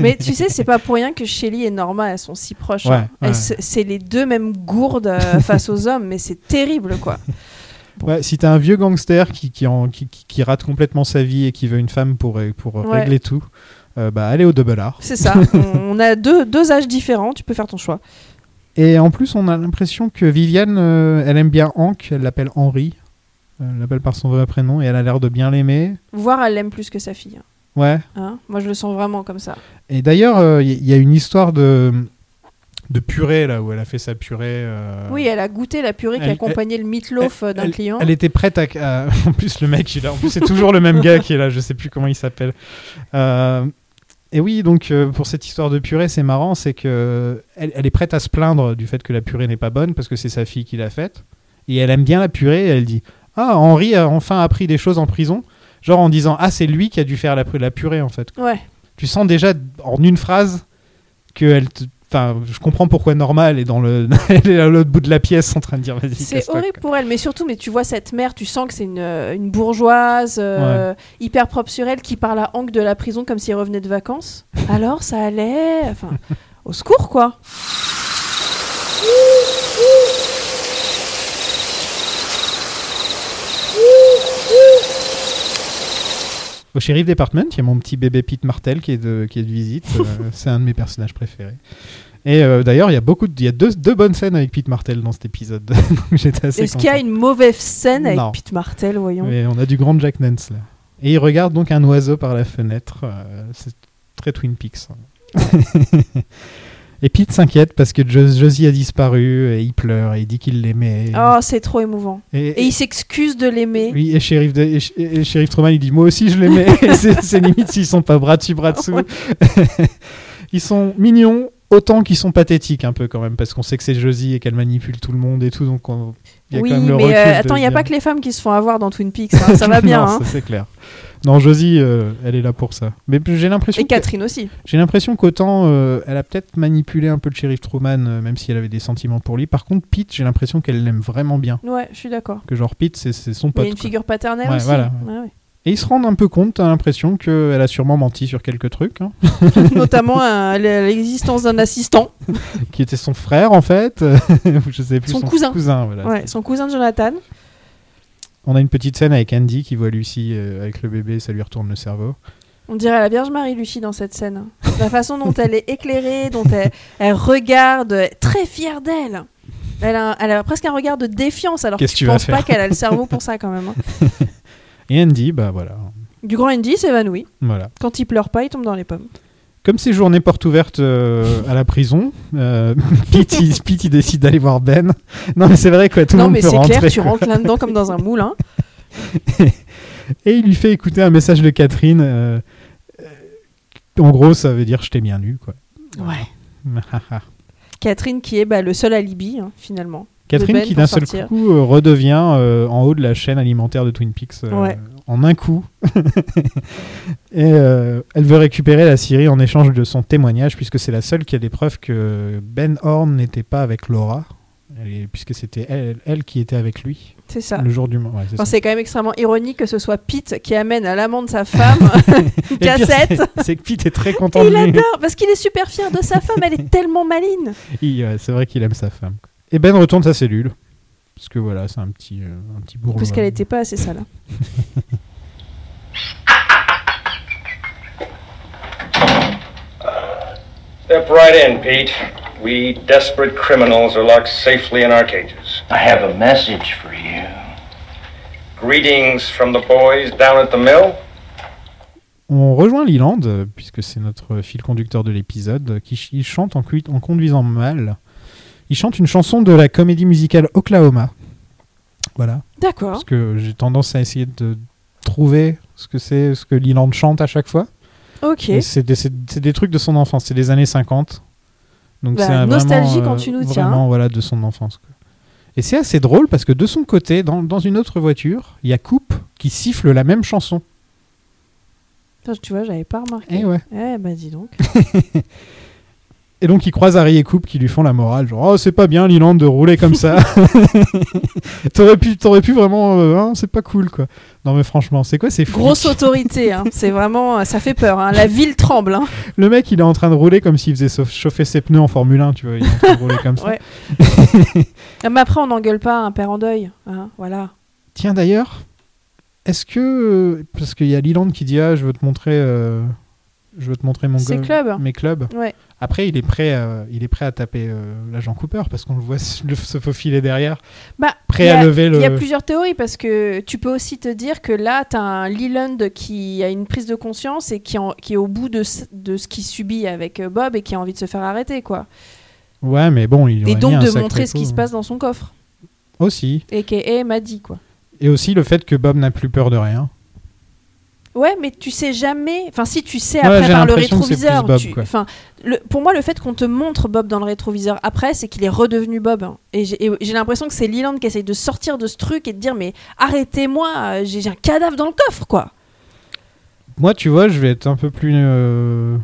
[SPEAKER 3] Mais tu sais, c'est pas pour rien que Shelly et Norma, elles sont si proches.
[SPEAKER 2] Ouais,
[SPEAKER 3] hein. Elles
[SPEAKER 2] ouais.
[SPEAKER 3] se- C'est les deux mêmes
[SPEAKER 2] (laughs)
[SPEAKER 3] gourdes euh, face aux hommes, mais c'est terrible, quoi.
[SPEAKER 2] Ouais, si t'as un vieux gangster qui, qui, en- qui, qui- qui rate complètement sa vie et qui veut une femme pour, ré- pour
[SPEAKER 3] Ouais.
[SPEAKER 2] régler tout, euh, bah allez au double R. (laughs)
[SPEAKER 3] C'est ça. On, on a deux, deux âges différents, tu peux faire ton choix.
[SPEAKER 2] Et en plus, on a l'impression que Viviane, euh, elle aime bien Hank, elle l'appelle Henri, elle l'appelle par son vrai prénom et elle a l'air de bien l'aimer.
[SPEAKER 3] Voire elle l'aime plus que sa fille.
[SPEAKER 2] Ouais.
[SPEAKER 3] hein. Moi, je le sens vraiment comme ça.
[SPEAKER 2] Et d'ailleurs, il y y a une histoire de, de purée là où elle a fait sa purée. euh,
[SPEAKER 3] Oui, elle a goûté la purée qui
[SPEAKER 2] elle-
[SPEAKER 3] accompagnait le meatloaf euh, d'un
[SPEAKER 2] elle-
[SPEAKER 3] client.
[SPEAKER 2] Elle était prête à. à- (laughs) en plus, le mec, il a- en plus, c'est toujours le même gars qui est là. Je sais plus comment il s'appelle. Euh, et oui, donc euh, pour cette histoire de purée, c'est marrant, c'est que elle, elle est prête à se plaindre du fait que la purée n'est pas bonne parce que c'est sa fille qui l'a faite. Et elle aime bien la purée. Et elle dit Ah, Henri a enfin appris des choses en prison. Genre en disant Ah, c'est lui qui a dû faire la, la purée en fait.
[SPEAKER 3] Ouais.
[SPEAKER 2] Tu sens déjà en une phrase que elle. te- Enfin, je comprends pourquoi Norma, elle est dans le, (laughs) elle est à l'autre bout de la pièce en train de dire vas-y.
[SPEAKER 3] C'est
[SPEAKER 2] casse-toi, quoi.
[SPEAKER 3] horrible pour elle, mais surtout, mais tu vois cette mère, tu sens que c'est une, euh, une bourgeoise euh, hyper propre sur elle qui parle à Hank de la prison comme s'il revenait
[SPEAKER 2] (laughs)
[SPEAKER 3] de vacances. Alors, ça allait, enfin, au secours quoi.
[SPEAKER 2] Au Sheriff Department, il y a mon petit bébé Pete Martel qui est de, qui est de
[SPEAKER 3] (laughs)
[SPEAKER 2] visite. Euh, c'est un de mes personnages préférés. Et euh, d'ailleurs, il y a beaucoup, de- il y a deux, deux bonnes scènes avec Pete Martel dans cet épisode. (laughs) Donc, J'étais assez
[SPEAKER 3] Est-ce qu'il y a
[SPEAKER 2] content.
[SPEAKER 3] une mauvaise scène avec
[SPEAKER 2] Non.
[SPEAKER 3] Pete Martel, voyons
[SPEAKER 2] Mais on a du grand Jack Nance là. Et il regarde donc un oiseau par la fenêtre. euh, c'est très Twin Peaks. hein.
[SPEAKER 3] (laughs)
[SPEAKER 2] et Pete s'inquiète parce que Jos- Josie a disparu et il pleure et il dit qu'il l'aimait.
[SPEAKER 3] Oh, c'est trop émouvant.
[SPEAKER 2] Et-
[SPEAKER 3] Et il s'excuse de l'aimer.
[SPEAKER 2] Oui, et Sheriff, de- et Sh- et Sheriff Truman, il dit Moi aussi, je
[SPEAKER 3] (laughs)
[SPEAKER 2] l'aimais. c'est c'est limite s'ils sont pas bras dessus, bras dessous. ils sont mignons autant qu'ils sont pathétiques, un peu quand même, parce qu'on sait que c'est Josie et qu'elle manipule tout le monde et tout. Donc, on- il y a
[SPEAKER 3] Oui,
[SPEAKER 2] quand même le
[SPEAKER 3] mais
[SPEAKER 2] recul.
[SPEAKER 3] euh,
[SPEAKER 2] de
[SPEAKER 3] attends, il n'y a
[SPEAKER 2] se
[SPEAKER 3] pas
[SPEAKER 2] dire-
[SPEAKER 3] que les femmes qui se font avoir dans Twin Peaks,
[SPEAKER 2] (laughs)
[SPEAKER 3] hein, ça va bien.
[SPEAKER 2] Non,
[SPEAKER 3] hein.
[SPEAKER 2] ça, c'est clair. Non, Josie, euh, elle est là pour ça. Mais j'ai l'impression
[SPEAKER 3] Et
[SPEAKER 2] que-
[SPEAKER 3] Catherine aussi.
[SPEAKER 2] j'ai l'impression qu'autant euh, elle a peut-être manipulé un peu le shérif Truman, euh, même si elle avait des sentiments pour lui. Par contre, Pete, j'ai l'impression qu'elle l'aime vraiment bien.
[SPEAKER 3] Ouais, je suis d'accord.
[SPEAKER 2] Que genre Pete, c'est c'est son
[SPEAKER 3] Il y
[SPEAKER 2] pote.
[SPEAKER 3] a une
[SPEAKER 2] quoi.
[SPEAKER 3] figure paternelle
[SPEAKER 2] Ouais,
[SPEAKER 3] aussi.
[SPEAKER 2] voilà.
[SPEAKER 3] Ouais, ouais.
[SPEAKER 2] Et ils se rendent un peu compte, t'as l'impression qu'elle a sûrement menti sur quelques trucs, hein, (laughs)
[SPEAKER 3] (laughs) Notamment un- l'existence d'un assistant,
[SPEAKER 2] qui était son frère en fait, (laughs) ou je sais plus,
[SPEAKER 3] Son cousin.
[SPEAKER 2] voilà.
[SPEAKER 3] Ouais, son cousin de Jonathan.
[SPEAKER 2] On a une petite scène avec Andy qui voit Lucie euh, avec le bébé, ça lui retourne le cerveau.
[SPEAKER 3] On dirait la Vierge Marie Lucie dans cette scène. La façon dont elle est éclairée, dont elle, elle regarde, elle est très fière d'elle. Elle a, un- elle a presque un regard de défiance, alors que
[SPEAKER 2] Qu'est-ce que tu
[SPEAKER 3] tu
[SPEAKER 2] vas
[SPEAKER 3] penses pas
[SPEAKER 2] faire
[SPEAKER 3] qu'elle a le cerveau pour ça quand même.
[SPEAKER 2] (laughs)
[SPEAKER 3] hein.
[SPEAKER 2] Et Andy, bah voilà.
[SPEAKER 3] Du grand Andy s'évanouit.
[SPEAKER 2] voilà.
[SPEAKER 3] Quand il pleure pas, il tombe dans les pommes.
[SPEAKER 2] Comme c'est journée porte ouverte euh, à la prison, euh, (laughs) Pete, il, Pete, il décide d'aller voir Ben. Non mais c'est vrai quoi, tout le
[SPEAKER 3] non,
[SPEAKER 2] monde
[SPEAKER 3] mais
[SPEAKER 2] peut
[SPEAKER 3] c'est
[SPEAKER 2] rentrer.
[SPEAKER 3] clair, tu
[SPEAKER 2] quoi.
[SPEAKER 3] rentres là-dedans comme dans un hein.
[SPEAKER 2] (laughs)
[SPEAKER 3] moulin.
[SPEAKER 2] Et il lui fait écouter un message de Catherine. euh, euh, en gros, ça veut dire je t'ai bien nu quoi.
[SPEAKER 3] Ouais.
[SPEAKER 2] (laughs)
[SPEAKER 3] Catherine qui est bah, le seul alibi, hein, finalement.
[SPEAKER 2] Catherine
[SPEAKER 3] Ben
[SPEAKER 2] qui
[SPEAKER 3] pour
[SPEAKER 2] d'un seul
[SPEAKER 3] sortir.
[SPEAKER 2] coup euh, redevient euh, en haut de la chaîne alimentaire de Twin Peaks euh,
[SPEAKER 3] Ouais.
[SPEAKER 2] en un coup. (laughs) Et euh, elle veut récupérer la Syrie en échange de son témoignage puisque c'est la seule qui a des preuves que Ben Horn n'était pas avec Laura, elle est- puisque c'était elle, elle qui était avec lui.
[SPEAKER 3] C'est ça.
[SPEAKER 2] le jour du mort. Ouais, c'est
[SPEAKER 3] Bah. Enfin,
[SPEAKER 2] ça.
[SPEAKER 3] c'est quand même extrêmement ironique que ce soit Pete qui amène à l'amant de sa femme (laughs) une
[SPEAKER 2] (laughs) Et le pire,
[SPEAKER 3] cassette.
[SPEAKER 2] c'est- C'est que Pete est très (laughs)
[SPEAKER 3] Et
[SPEAKER 2] content de
[SPEAKER 3] (laughs) il
[SPEAKER 2] lui. Oh
[SPEAKER 3] adore parce qu'il est super fier de sa femme.
[SPEAKER 2] (laughs)
[SPEAKER 3] Elle est tellement maline.
[SPEAKER 2] Il- ouais, c'est vrai qu'il aime sa femme. quoi. Et Ben retourne sa cellule. Parce que voilà, c'est un petit, euh, un petit bourgeois.
[SPEAKER 3] Parce qu'elle n'était pas assez sale. hein.
[SPEAKER 10] Step right in, Pete. We desperate criminals are locked safely in our cages.
[SPEAKER 7] I have a message for you.
[SPEAKER 10] Greetings from the boys down at the mill.
[SPEAKER 2] On rejoint Leland, euh, puisque c'est notre fil conducteur de l'épisode, euh, qui ch- il chante en, cui- en conduisant mal. Il chante une chanson de la comédie musicale Oklahoma. Voilà,
[SPEAKER 3] D'accord.
[SPEAKER 2] parce que j'ai tendance à essayer de trouver ce que c'est, ce que Leland chante à chaque fois.
[SPEAKER 3] Ok.
[SPEAKER 2] Et C'est des, c'est- c'est des trucs de son enfance, c'est des années 50. Donc
[SPEAKER 3] Bah,
[SPEAKER 2] c'est un-
[SPEAKER 3] nostalgie
[SPEAKER 2] vraiment,
[SPEAKER 3] quand
[SPEAKER 2] euh,
[SPEAKER 3] tu nous
[SPEAKER 2] vraiment,
[SPEAKER 3] tiens.
[SPEAKER 2] voilà, de son enfance. quoi. Et c'est assez drôle parce que de son côté, dans, dans une autre voiture, il y a Coupe qui siffle la même chanson.
[SPEAKER 3] Putain, tu vois, j'avais pas remarqué.
[SPEAKER 2] Eh ouais.
[SPEAKER 3] Eh bah
[SPEAKER 2] (laughs)
[SPEAKER 3] dis donc.
[SPEAKER 2] Et donc ils croisent Harry et Coupe qui lui font la morale, genre oh c'est pas bien Liland de rouler comme ça. (laughs) t'aurais pu, t'aurais pu vraiment, euh, hein, c'est pas cool quoi. Non mais franchement c'est quoi ces flics
[SPEAKER 3] Grosse autorité. hein. C'est vraiment, ça fait peur. hein. La ville tremble. hein.
[SPEAKER 2] Le mec il est en train de rouler comme s'il faisait sau- chauffer ses pneus en Formule 1, tu vois, il est en train de rouler comme ça.
[SPEAKER 3] Ouais. Mais après, on n'engueule pas un père en deuil. hein. Voilà.
[SPEAKER 2] Tiens d'ailleurs, est-ce que euh, parce qu'il y a Liland qui dit ah je veux te montrer, euh, je veux te montrer mon
[SPEAKER 3] Ses
[SPEAKER 2] go-
[SPEAKER 3] clubs.
[SPEAKER 2] mes clubs.
[SPEAKER 3] Ouais.
[SPEAKER 2] Après il est prêt, à- il est prêt à taper euh, l'agent Cooper parce qu'on le voit (laughs) se le- se faufiler derrière,
[SPEAKER 3] Bah,
[SPEAKER 2] prêt
[SPEAKER 3] il y a-
[SPEAKER 2] à lever le.
[SPEAKER 3] Il y a plusieurs théories parce que tu peux aussi te dire que là, tu as un Leland qui a une prise de conscience et qui, en- qui est au bout de, ce- de ce qu'il subit avec euh, Bob et qui a envie de se faire arrêter. quoi.
[SPEAKER 2] Ouais mais bon il.
[SPEAKER 3] Et
[SPEAKER 2] aurait mis
[SPEAKER 3] donc
[SPEAKER 2] un
[SPEAKER 3] de
[SPEAKER 2] sacré
[SPEAKER 3] montrer ce
[SPEAKER 2] coup. hein.
[SPEAKER 3] qui se passe dans son coffre.
[SPEAKER 2] Aussi.
[SPEAKER 3] Et qui m'a dit quoi.
[SPEAKER 2] Et aussi le fait que Bob n'a plus peur de rien.
[SPEAKER 3] Ouais, mais tu sais jamais. Enfin, si tu sais
[SPEAKER 2] Ouais,
[SPEAKER 3] après
[SPEAKER 2] j'ai
[SPEAKER 3] par le
[SPEAKER 2] l'impression que c'est plus
[SPEAKER 3] rétroviseur.
[SPEAKER 2] Bob,
[SPEAKER 3] tu-
[SPEAKER 2] quoi.
[SPEAKER 3] Enfin, le- pour moi, le fait qu'on te montre Bob dans le rétroviseur après, c'est qu'il est redevenu Bob. hein. Et j'ai et j'ai l'impression que c'est Leland qui essaye de sortir de ce truc et de dire mais arrêtez-moi, euh, j'ai j'ai un cadavre dans le coffre quoi.
[SPEAKER 2] Moi, tu vois, je vais être un peu plus. euh,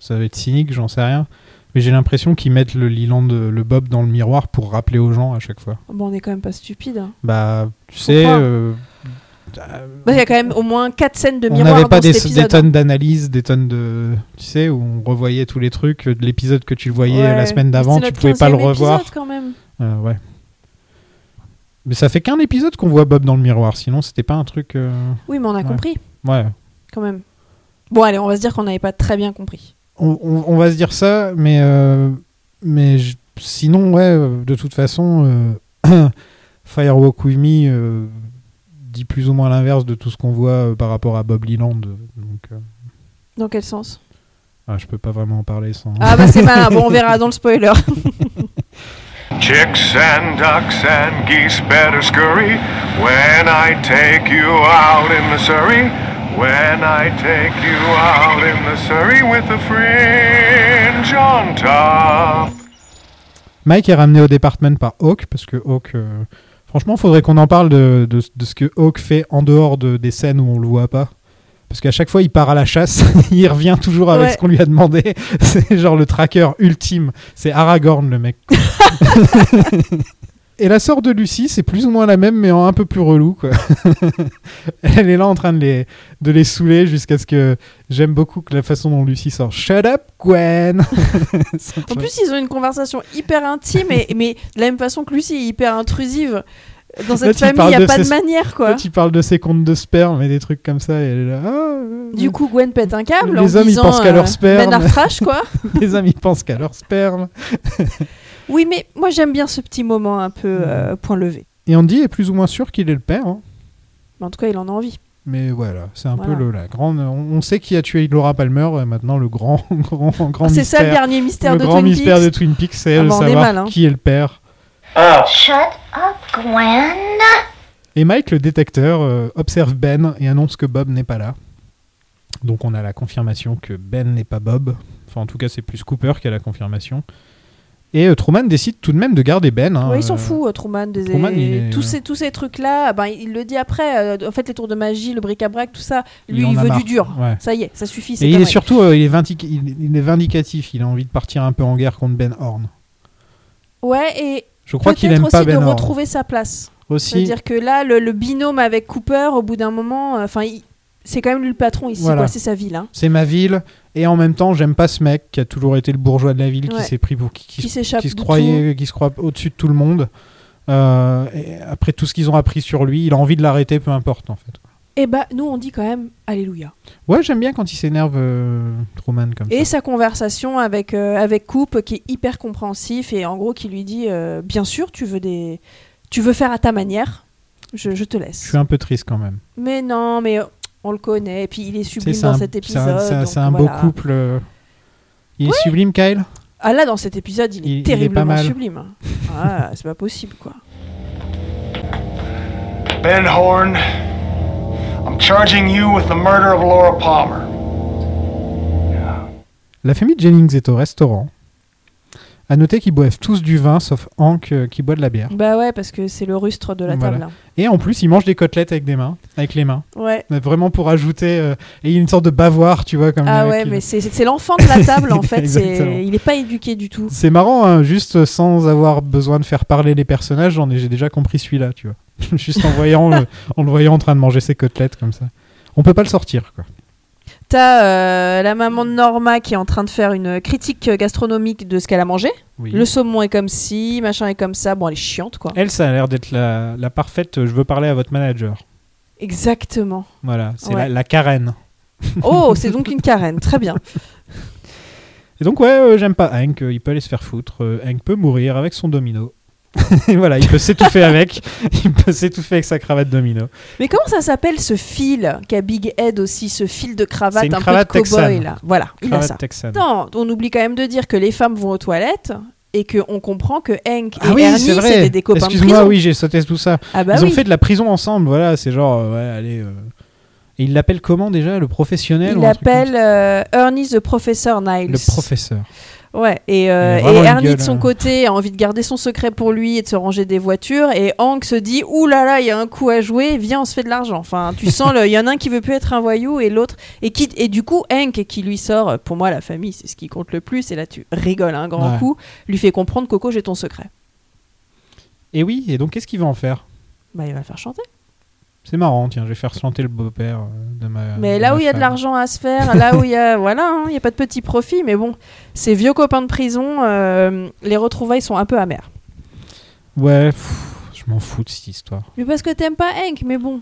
[SPEAKER 2] Ça va être cynique, j'en sais rien. Mais j'ai l'impression qu'ils mettent le Leland, le Bob dans le miroir pour rappeler aux gens à chaque fois.
[SPEAKER 3] Bon, on est quand même pas stupide. hein.
[SPEAKER 2] Bah, tu sais.
[SPEAKER 3] Pourquoi
[SPEAKER 2] euh,
[SPEAKER 3] Bah, Il y a quand même au moins quatre scènes de
[SPEAKER 2] on
[SPEAKER 3] miroir
[SPEAKER 2] n'avait
[SPEAKER 3] dans
[SPEAKER 2] pas des,
[SPEAKER 3] cet épisode. hein
[SPEAKER 2] des tonnes d'analyses, des tonnes de. Tu sais, où on revoyait tous les trucs. euh, De l'épisode que tu le voyais euh,
[SPEAKER 3] Ouais.
[SPEAKER 2] la semaine
[SPEAKER 3] Mais
[SPEAKER 2] d'avant,
[SPEAKER 3] c'est
[SPEAKER 2] tu
[SPEAKER 3] notre
[SPEAKER 2] pouvais pas le
[SPEAKER 3] 15e
[SPEAKER 2] revoir.
[SPEAKER 3] épisode, quand même.
[SPEAKER 2] Euh, ouais. Mais ça fait qu'un épisode qu'on voit Bob dans le miroir. Sinon, c'était pas un truc. euh,
[SPEAKER 3] Oui, mais on a
[SPEAKER 2] Ouais.
[SPEAKER 3] compris
[SPEAKER 2] Ouais.
[SPEAKER 3] quand même. Bon, allez, on va se dire qu'on n'avait pas très bien compris.
[SPEAKER 2] on, on- on va se dire ça, mais, euh, mais je- sinon, ouais, euh, de toute façon, euh, (coughs) Firewalk With Me euh, dit plus ou moins l'inverse de tout ce qu'on voit euh, par rapport à Bob Leland. Donc, euh,
[SPEAKER 3] Dans quel sens
[SPEAKER 2] ah, je peux pas vraiment en parler sans.
[SPEAKER 3] Ah bah c'est malin. Bon, on verra dans le spoiler.
[SPEAKER 9] Chicks and ducks and geese better scurry when I take you out in Missouri. When I take you out in Missouri with a fringe on top.
[SPEAKER 2] Mike est ramené au département par Hawk, parce que Hawk. euh, franchement, faudrait qu'on en parle de, de- de ce que Hawk fait en dehors de, des scènes où on le voit pas. Parce qu'à chaque fois, il part à la chasse, (laughs) il revient toujours avec
[SPEAKER 3] Ouais.
[SPEAKER 2] ce qu'on lui a demandé. (laughs) C'est genre le tracker ultime. C'est Aragorn, le mec. Et la sœur de Lucie, c'est plus ou moins la même, mais en un peu plus relou. Quoi. (laughs) Elle est là en train de les, de les saouler jusqu'à ce que. J'aime beaucoup que la façon dont Lucie sort Shut up, Gwen (laughs) Ça
[SPEAKER 3] En
[SPEAKER 2] me-
[SPEAKER 3] plus, ils ont une conversation hyper intime, et, mais de la même façon que Lucie est hyper intrusive. Dans
[SPEAKER 2] Là,
[SPEAKER 3] cette
[SPEAKER 2] tu
[SPEAKER 3] famille,
[SPEAKER 2] parles
[SPEAKER 3] il n'y
[SPEAKER 2] de
[SPEAKER 3] a pas de
[SPEAKER 2] ses-
[SPEAKER 3] manière, quoi.
[SPEAKER 2] Quand il parle de ses comptes de sperme et des trucs comme ça, et elle est là. Ah,
[SPEAKER 3] Du coup, Gwen pète un câble
[SPEAKER 2] Les
[SPEAKER 3] en
[SPEAKER 2] hommes, ils
[SPEAKER 3] disant,
[SPEAKER 2] pensent qu'à leur
[SPEAKER 3] euh,
[SPEAKER 2] sperme.
[SPEAKER 3] Men are trash,
[SPEAKER 2] (laughs)
[SPEAKER 3] quoi.
[SPEAKER 2] les hommes, ils pensent qu'à leur sperme.
[SPEAKER 3] Oui, mais moi, j'aime bien ce petit moment un peu euh, point levé.
[SPEAKER 2] Et Andy est plus ou moins sûr qu'il est le père. hein.
[SPEAKER 3] Mais en tout cas, il en a envie.
[SPEAKER 2] Mais voilà, c'est un
[SPEAKER 3] Voilà.
[SPEAKER 2] peu le, la grande. On on sait qui a tué Laura Palmer, et maintenant le grand, (laughs) grand, grand
[SPEAKER 3] Ah, C'est ça le
[SPEAKER 2] mystère.
[SPEAKER 3] dernier mystère
[SPEAKER 2] le
[SPEAKER 3] de
[SPEAKER 2] grand
[SPEAKER 3] Twin
[SPEAKER 2] mystère
[SPEAKER 3] Peaks.
[SPEAKER 2] de Twin Peaks, c'est
[SPEAKER 3] Ah
[SPEAKER 2] de
[SPEAKER 3] bah, on est
[SPEAKER 2] savoir
[SPEAKER 3] mal, hein.
[SPEAKER 2] qui est le père.
[SPEAKER 7] Oh,
[SPEAKER 6] Shut up, Gwen.
[SPEAKER 2] Et Mike, le détecteur, euh, observe Ben et annonce que Bob n'est pas là. Donc on a la confirmation que Ben n'est pas Bob. Enfin, en tout cas, c'est plus Cooper qui a la confirmation. Et euh, Truman décide tout de même de garder Ben. hein,
[SPEAKER 3] Ouais, ils s'en
[SPEAKER 2] euh,
[SPEAKER 3] fout, euh, Truman. Des...
[SPEAKER 2] Truman, il est-
[SPEAKER 3] tous, ces, tous ces trucs-là, ben, il le dit après. euh, en fait, les tours de magie, le bric-à-brac, tout ça, lui,
[SPEAKER 2] Il en
[SPEAKER 3] il,
[SPEAKER 2] a
[SPEAKER 3] veut
[SPEAKER 2] marre.
[SPEAKER 3] du dur.
[SPEAKER 2] Ouais.
[SPEAKER 3] Ça y est, ça suffit. c'est
[SPEAKER 2] Et il est
[SPEAKER 3] correct.
[SPEAKER 2] surtout euh, il est vindic- il- il est vindicatif, il a envie de partir un peu en guerre contre Ben Horn.
[SPEAKER 3] Ouais, et
[SPEAKER 2] Je crois qu'il
[SPEAKER 3] peut-être
[SPEAKER 2] aime
[SPEAKER 3] aussi
[SPEAKER 2] pas
[SPEAKER 3] de
[SPEAKER 2] Ben Horn.
[SPEAKER 3] retrouver sa place.
[SPEAKER 2] aussi.
[SPEAKER 3] C'est-à-dire que là, le, le binôme avec Cooper, au bout d'un moment, euh, enfin, c'est quand même lui le patron ici,
[SPEAKER 2] Voilà.
[SPEAKER 3] quoi, c'est sa ville. hein.
[SPEAKER 2] C'est ma ville, et en même temps, j'aime pas ce mec qui a toujours été le bourgeois de la ville,
[SPEAKER 3] Ouais.
[SPEAKER 2] qui s'est pris pour qui, qui
[SPEAKER 3] Qui
[SPEAKER 2] se-
[SPEAKER 3] s'échappe
[SPEAKER 2] qui se
[SPEAKER 3] de
[SPEAKER 2] croyait, qui se croit au-dessus de tout le monde. Euh, et après tout ce qu'ils ont appris sur lui, il a envie de l'arrêter, peu importe en fait.
[SPEAKER 3] Et bah, nous, on dit quand même Alléluia.
[SPEAKER 2] Ouais, j'aime bien quand il s'énerve, euh, Truman comme
[SPEAKER 3] Et sa conversation avec, euh, avec Coupe, qui est hyper compréhensif, et en gros, qui lui dit euh, Bien sûr, tu veux, des... tu veux faire à ta manière, je, je te
[SPEAKER 2] Je
[SPEAKER 3] laisse.
[SPEAKER 2] suis un peu triste quand même.
[SPEAKER 3] Mais non, mais euh, on le connaît, et puis il est
[SPEAKER 2] Tu sais,
[SPEAKER 3] sublime
[SPEAKER 2] C'est
[SPEAKER 3] dans
[SPEAKER 2] un-
[SPEAKER 3] cet
[SPEAKER 2] c'est un,
[SPEAKER 3] épisode.
[SPEAKER 2] c'est un-
[SPEAKER 3] donc
[SPEAKER 2] c'est un
[SPEAKER 3] voilà.
[SPEAKER 2] beau couple. euh. Il est sublime, Kyle
[SPEAKER 3] Ah là, dans cet épisode, il est
[SPEAKER 2] Il- il est pas
[SPEAKER 3] terriblement
[SPEAKER 2] mal.
[SPEAKER 3] sublime. Ah, c'est pas possible, quoi.
[SPEAKER 11] Ben Horn, I'm charging you with the murder of Laura Palmer.
[SPEAKER 2] La famille Jennings est au restaurant. À noter qu'ils boivent tous du vin, sauf Hank euh, qui boit de la bière.
[SPEAKER 3] Bah ouais, parce que c'est le rustre de la
[SPEAKER 2] Voilà.
[SPEAKER 3] table. hein.
[SPEAKER 2] Et en plus, ils mangent des côtelettes avec des mains, avec les mains.
[SPEAKER 3] Ouais.
[SPEAKER 2] Mais Vraiment pour ajouter. euh, et il y a une sorte de bavoir, tu vois, comme.
[SPEAKER 3] Ah
[SPEAKER 2] euh,
[SPEAKER 3] ouais,
[SPEAKER 2] qui-
[SPEAKER 3] mais c'est- c'est c'est l'enfant de la
[SPEAKER 2] (laughs)
[SPEAKER 3] table, en fait. c'est-
[SPEAKER 2] Exactement.
[SPEAKER 3] Il n'est pas éduqué du tout.
[SPEAKER 2] C'est marrant, hein, juste sans avoir besoin de faire parler les personnages, j'en ai, j'ai déjà compris celui-là, tu vois. (laughs) juste en voyant,
[SPEAKER 3] (laughs)
[SPEAKER 2] le, en le voyant en train de manger ses côtelettes comme ça. On peut pas le sortir, quoi.
[SPEAKER 3] T'as euh, la maman de Norma qui est en train de faire une critique gastronomique de ce qu'elle a mangé.
[SPEAKER 2] Oui.
[SPEAKER 3] Le saumon est comme ci, machin est comme ça. Bon, elle est chiante, quoi.
[SPEAKER 2] Elle, ça a l'air d'être la, la parfaite. euh, Je veux parler à votre manager. Eh. (laughs)
[SPEAKER 3] Exactement.
[SPEAKER 2] Voilà, c'est la,
[SPEAKER 3] Ouais.
[SPEAKER 2] la Karen.
[SPEAKER 3] Oh, c'est donc une carène. Très bien.
[SPEAKER 2] Et donc, ouais, euh, j'aime pas Hank. euh, il peut aller se faire foutre. euh, Hank peut mourir avec son domino. (laughs) Et voilà, il peut
[SPEAKER 3] (laughs)
[SPEAKER 2] s'étouffer avec. Il peut s'étouffer avec sa cravate domino.
[SPEAKER 3] Mais comment ça s'appelle ce fil qu'a Big Head aussi, ce fil de cravate
[SPEAKER 2] C'est une
[SPEAKER 3] un
[SPEAKER 2] cravate
[SPEAKER 3] peu de cowboy
[SPEAKER 2] texane.
[SPEAKER 3] là Voilà, il a
[SPEAKER 2] Cravate
[SPEAKER 3] ça.
[SPEAKER 2] texane.
[SPEAKER 3] Non, on oublie quand même de dire que les femmes vont aux toilettes et qu'on comprend que Hank et
[SPEAKER 2] Ah oui,
[SPEAKER 3] Ernie
[SPEAKER 2] c'est
[SPEAKER 3] c'était
[SPEAKER 2] vrai.
[SPEAKER 3] des copains de
[SPEAKER 2] Excuse-moi,
[SPEAKER 3] prison.
[SPEAKER 2] oui, j'ai sauté tout ça.
[SPEAKER 3] Ah bah
[SPEAKER 2] Ils ont
[SPEAKER 3] oui.
[SPEAKER 2] fait de la prison ensemble. Voilà, c'est genre, euh, ouais, allez. euh, Et il l'appelle comment déjà Le professionnel
[SPEAKER 3] Il
[SPEAKER 2] ou un truc
[SPEAKER 3] l'appelle euh, Ernie the Professor Niles.
[SPEAKER 2] comme- Le professeur.
[SPEAKER 3] Ouais, et,
[SPEAKER 2] Il
[SPEAKER 3] euh,
[SPEAKER 2] a vraiment
[SPEAKER 3] et
[SPEAKER 2] une
[SPEAKER 3] Ernie
[SPEAKER 2] gueule,
[SPEAKER 3] de son
[SPEAKER 2] hein.
[SPEAKER 3] côté a envie de garder son secret pour lui et de se ranger des voitures. Et Hank se dit Ouh là là, il y a un coup à jouer, viens, on se fait de l'argent. Enfin, tu sens, le- il y en a un qui veut plus être un voyou et l'autre. Et, qui- et du coup, Hank, qui lui sort, euh, pour moi, la famille, c'est ce qui compte le plus. Et là, tu rigoles un grand
[SPEAKER 2] Ouais.
[SPEAKER 3] coup, lui fait comprendre Coco, j'ai ton secret.
[SPEAKER 2] Et oui, et donc, qu'est-ce qu'il va en faire
[SPEAKER 3] Bah, il va le faire chanter.
[SPEAKER 2] Euh, C'est marrant, tiens, je vais faire chanter le beau-père euh, de ma.
[SPEAKER 3] Mais là
[SPEAKER 2] ma
[SPEAKER 3] où il y a de
[SPEAKER 2] femme.
[SPEAKER 3] l'argent à se faire, là où il y a, (laughs) voilà, hein, il n'y a pas de petit profit, mais bon, ces vieux copains de prison, euh, les retrouvailles sont un peu amères.
[SPEAKER 2] Ouais, pff, je m'en fous de cette histoire.
[SPEAKER 3] Mais parce que t'aimes pas Hank, mais bon.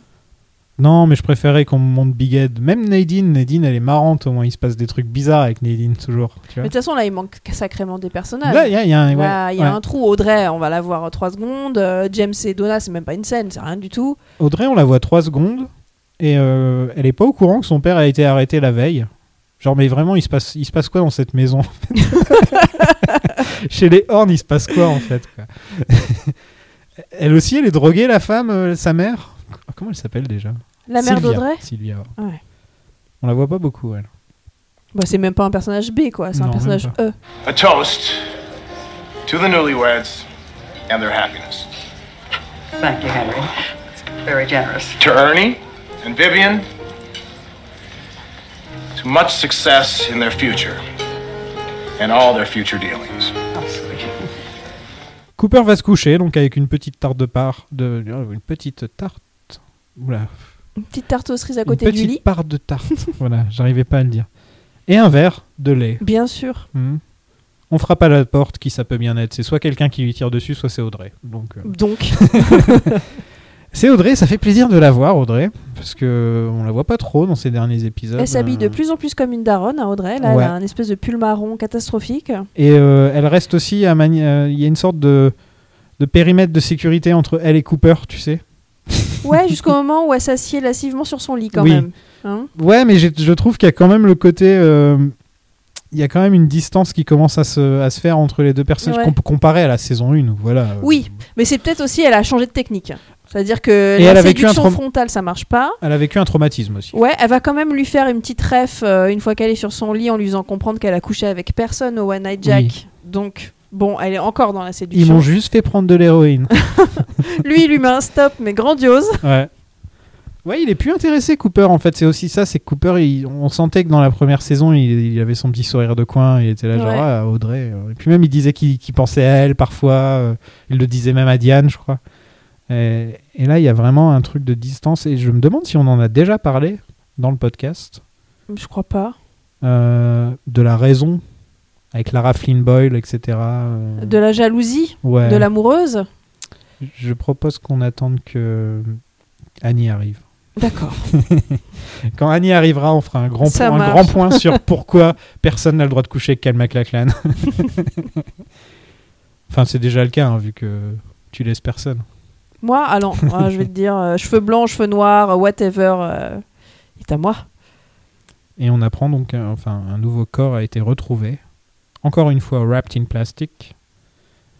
[SPEAKER 2] Non, mais je préférais qu'on me monte Big Head. Même Nadine, Nadine, elle est marrante, au moins il se passe des trucs bizarres avec Nadine, toujours. tu vois.
[SPEAKER 3] Mais de toute façon, là, il manque sacrément des personnages.
[SPEAKER 2] Là, il y a- il y a un-
[SPEAKER 3] Là,
[SPEAKER 2] ouais,
[SPEAKER 3] il y a
[SPEAKER 2] ouais.
[SPEAKER 3] un trou. Audrey, on va la voir en 3 secondes. Euh, James et Donna, c'est même pas une scène, c'est rien du tout.
[SPEAKER 2] Audrey, on la voit 3 secondes, et euh, elle est pas au courant que son père a été arrêté la veille. Genre, mais vraiment, il se passe, il se passe quoi dans cette maison en fait (laughs) Chez les Horns, il se passe quoi en fait quoi (laughs) Elle aussi, elle est droguée, la femme, euh, sa mère Comment elle s'appelle déjà
[SPEAKER 3] La mère
[SPEAKER 2] Sylvia.
[SPEAKER 3] d'Audrey
[SPEAKER 2] Sylvia.
[SPEAKER 3] Ouais.
[SPEAKER 2] On la voit pas beaucoup, elle.
[SPEAKER 3] Bah, c'est même pas un personnage B, quoi. C'est
[SPEAKER 2] Non,
[SPEAKER 3] un
[SPEAKER 2] même
[SPEAKER 3] personnage
[SPEAKER 2] pas.
[SPEAKER 3] E.
[SPEAKER 11] A toast to the newlyweds and their happiness.
[SPEAKER 12] Thank you, Henry. Very generous.
[SPEAKER 11] To Ernie and Vivian, to much success in their future and all their future dealings.
[SPEAKER 2] Cooper va se coucher, donc avec une petite tarte de part. De, euh, une petite tarte. Oula.
[SPEAKER 3] Une petite tarte aux cerises à
[SPEAKER 2] Une
[SPEAKER 3] côté du
[SPEAKER 2] petite
[SPEAKER 3] lit.
[SPEAKER 2] part de tarte. (laughs) voilà, j'arrivais pas à le dire. Et un verre de lait.
[SPEAKER 3] Bien sûr.
[SPEAKER 2] Hmm. On frappe à la porte, qui ça peut bien être C'est soit quelqu'un qui lui tire dessus, soit c'est Audrey. Donc. euh,
[SPEAKER 3] Donc.
[SPEAKER 2] c'est Audrey, ça fait plaisir de la voir, Audrey, parce que euh, on la voit pas trop dans ces derniers épisodes.
[SPEAKER 3] Elle s'habille de
[SPEAKER 2] (laughs) Euh,
[SPEAKER 3] plus en plus comme une daronne, hein, Audrey. Là,
[SPEAKER 2] Ouais.
[SPEAKER 3] elle a un espèce de pull marron catastrophique.
[SPEAKER 2] Et euh, elle reste aussi à mani- euh, Il y a une sorte de, de périmètre de sécurité entre elle et Cooper, tu sais.
[SPEAKER 3] Ouais, jusqu'au (laughs) moment où elle s'assied lassivement sur son lit, quand
[SPEAKER 2] Oui.
[SPEAKER 3] même. Hein
[SPEAKER 2] Ouais, mais j'ai- je trouve qu'il y a quand même le côté. euh, Il y a quand même une distance qui commence à se, à se faire entre les deux personnages
[SPEAKER 3] Ouais.
[SPEAKER 2] comp- comparé à la saison 1. Voilà.
[SPEAKER 3] Oui, mais c'est peut-être aussi, elle a changé de technique. C'est-à-dire que
[SPEAKER 2] Et
[SPEAKER 3] la
[SPEAKER 2] elle a vécu un
[SPEAKER 3] séduction
[SPEAKER 2] traum-
[SPEAKER 3] frontale, ça marche pas.
[SPEAKER 2] Elle a vécu un traumatisme aussi.
[SPEAKER 3] Ouais, elle va quand même lui faire une petite ref euh, une fois qu'elle est sur son lit en lui faisant comprendre qu'elle a couché avec personne au One Night Jack.
[SPEAKER 2] Oui.
[SPEAKER 3] Donc, bon, elle est encore dans la
[SPEAKER 2] Ils m'ont
[SPEAKER 3] (laughs) séduction.
[SPEAKER 2] juste fait prendre de l'héroïne.
[SPEAKER 3] Lui, il lui met un stop, mais grandiose.
[SPEAKER 2] ouais. Ouais, il est plus intéressé, Cooper, en fait. C'est aussi ça, c'est que Cooper, il- on sentait que dans la première saison, il, il avait son petit sourire de coin, il était là, genre,
[SPEAKER 3] Ouais.
[SPEAKER 2] ah, Audrey. euh. Et puis même, il disait qu'il qu'il pensait à elle parfois, euh, il le disait même à Diane, je crois. Et, et là, il y a vraiment un truc de distance. Et je me demande si on en a déjà parlé dans le podcast
[SPEAKER 3] Je crois pas.
[SPEAKER 2] euh, de la raison avec Lara Flynn Boyle, etc. euh,
[SPEAKER 3] De la jalousie
[SPEAKER 2] Ouais.
[SPEAKER 3] De l'amoureuse
[SPEAKER 2] Je propose qu'on attende que Annie arrive.
[SPEAKER 3] D'accord.
[SPEAKER 2] (laughs) Quand Annie arrivera, on fera un grand,
[SPEAKER 3] Ça
[SPEAKER 2] point, un
[SPEAKER 3] marche.
[SPEAKER 2] grand point sur pourquoi personne n'a le droit de coucher avec Cal
[SPEAKER 3] (laughs)
[SPEAKER 2] McLachlan. enfin, c'est déjà le cas, hein, vu que tu laisses personne.
[SPEAKER 3] Moi,
[SPEAKER 2] (laughs)
[SPEAKER 3] alors, euh, je vais te dire, euh, cheveux blancs, cheveux noirs, euh, whatever, euh, il est à moi.
[SPEAKER 2] Et on apprend donc, euh, enfin, un nouveau corps a été retrouvé. Encore une fois, wrapped in plastic.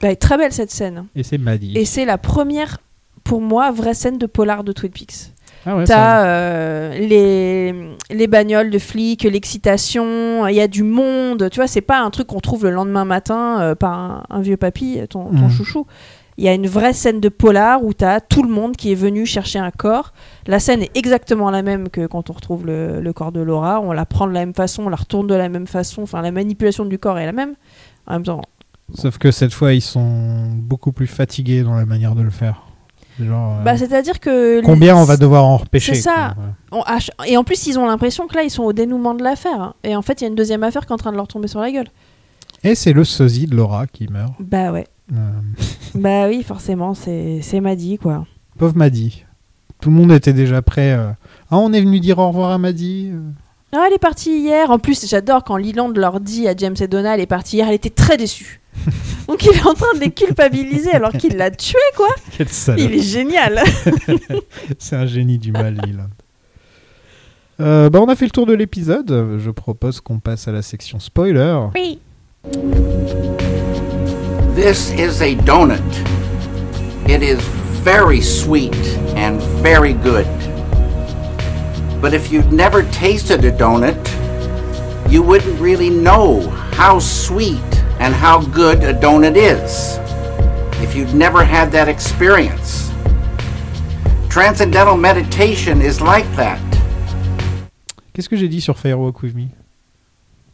[SPEAKER 3] Elle est très belle cette scène.
[SPEAKER 2] Et c'est Maddie.
[SPEAKER 3] Et c'est la première, pour moi, vraie scène de polar de Twin Peaks.
[SPEAKER 2] Ah ouais,
[SPEAKER 3] T'as
[SPEAKER 2] ça-
[SPEAKER 3] euh, les, les bagnoles de flics, l'excitation, il y a du monde. Tu vois, c'est pas un truc qu'on trouve le lendemain matin euh, par un, un vieux papy, ton, ton
[SPEAKER 2] Mm.
[SPEAKER 13] Mhm.
[SPEAKER 3] chouchou. Il y a une vraie scène de polar où t'as tout le monde qui est venu chercher un corps. La scène est exactement la même que quand on retrouve le, le corps de Laura. On la prend de la même façon, on la retourne de la même façon. Enfin, la manipulation du corps est la même. En même temps,
[SPEAKER 2] Sauf que cette fois, ils sont beaucoup plus fatigués dans la manière de le faire. Genre, euh,
[SPEAKER 3] Bah, c'est-à-dire que
[SPEAKER 2] Combien on va devoir en repêcher,
[SPEAKER 3] C'est ça.
[SPEAKER 2] quoi, ouais.
[SPEAKER 3] On- à ch- Et en plus, ils ont l'impression que là, ils sont au dénouement de l'affaire. hein. Et en fait, il y a une deuxième affaire qui est en train de leur tomber sur la gueule.
[SPEAKER 2] Et c'est le sosie de Laura qui meurt.
[SPEAKER 3] Bah ouais.
[SPEAKER 2] Euh,
[SPEAKER 3] bah oui, forcément, c'est c'est Maddy quoi.
[SPEAKER 2] pauvre Maddy. Tout le monde était déjà prêt. euh, Ah, on est venu dire au revoir à Maddy. euh.
[SPEAKER 3] Ah, elle est partie hier. En plus, j'adore quand Leland leur dit à James et Donna, elle est partie hier. Elle était
[SPEAKER 2] (laughs)
[SPEAKER 3] très déçue. Donc il est en train de les culpabiliser alors qu'il l'a tué quoi.
[SPEAKER 2] Quel salaud.
[SPEAKER 3] Il est génial.
[SPEAKER 2] c'est un génie du mal, Leland. Euh, bah, on a fait le tour de l'épisode. Je propose qu'on passe à la section spoiler.
[SPEAKER 14] Free. This is a donut. It is very sweet and very good. But if you'd never tasted a donut, you wouldn't really know how sweet and how good a donut is if you'd never had that experience. Transcendental meditation is like that.
[SPEAKER 2] Qu'est-ce que j'ai dit sur Firewalk With Me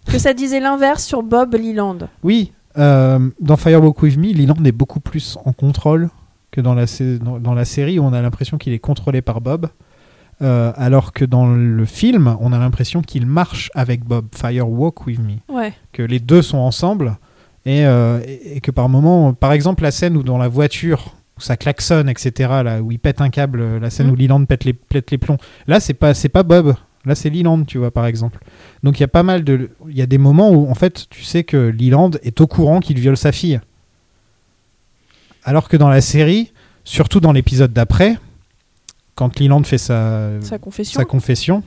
[SPEAKER 3] que ça disait l'inverse sur Bob Leland.
[SPEAKER 2] Oui, euh, dans Firewalk With Me, Leland est beaucoup plus en contrôle que dans la, sé- dans, dans la série où on a l'impression qu'il est contrôlé par Bob. euh, alors que dans le film, on a l'impression qu'il marche avec Bob, Firewalk With Me.
[SPEAKER 3] Ouais.
[SPEAKER 2] Que les deux sont ensemble et, euh, et- et que par moment, par exemple, la scène où dans la voiture, où ça klaxonne, etc., là, où il pète un câble, euh, la scène où Leland pète les, pète les plombs, là, c'est pas, c'est pas Bob, là, c'est Leland, tu vois, par exemple. Donc il y a pas mal de. Il y a des moments où, en fait, tu sais que Leland est au courant qu'il viole sa fille. Alors que dans la série, surtout dans l'épisode d'après, quand Leland fait sa,
[SPEAKER 3] Sa confession.
[SPEAKER 2] sa confession,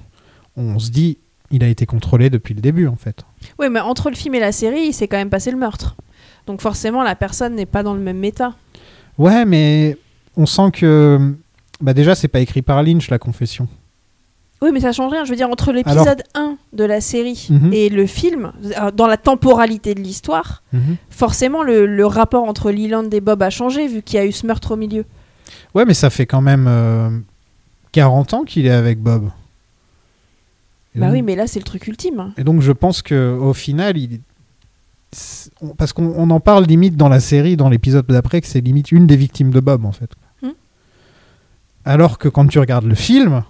[SPEAKER 2] on se dit, il a été contrôlé depuis le début, en fait.
[SPEAKER 3] Oui, mais entre le film et la série, il s'est quand même passé le meurtre. Donc forcément, la personne n'est pas dans le même état.
[SPEAKER 2] Ouais, mais on sent que. Bah déjà, c'est pas écrit par Lynch, la confession.
[SPEAKER 3] Oui, mais ça change rien. Je veux dire, entre
[SPEAKER 2] Alors-
[SPEAKER 3] l'épisode 1 de la série
[SPEAKER 2] Mhm.
[SPEAKER 3] et le film, euh, dans la temporalité de l'histoire,
[SPEAKER 2] Mhm.
[SPEAKER 3] forcément, le, le rapport entre Leland et Bob a changé, vu qu'il y a eu ce meurtre au milieu.
[SPEAKER 2] Ouais, mais ça fait quand même euh, 40 ans qu'il est avec Bob. Et
[SPEAKER 3] bah
[SPEAKER 2] donc-
[SPEAKER 3] oui, mais là, c'est le truc ultime. hein.
[SPEAKER 2] Et donc, je pense que au final, il. c'est- on- Parce qu'on on en parle limite dans la série, dans l'épisode d'après, que c'est limite une des victimes de Bob, en fait.
[SPEAKER 3] Hmm.
[SPEAKER 2] Alors que quand tu regardes le film,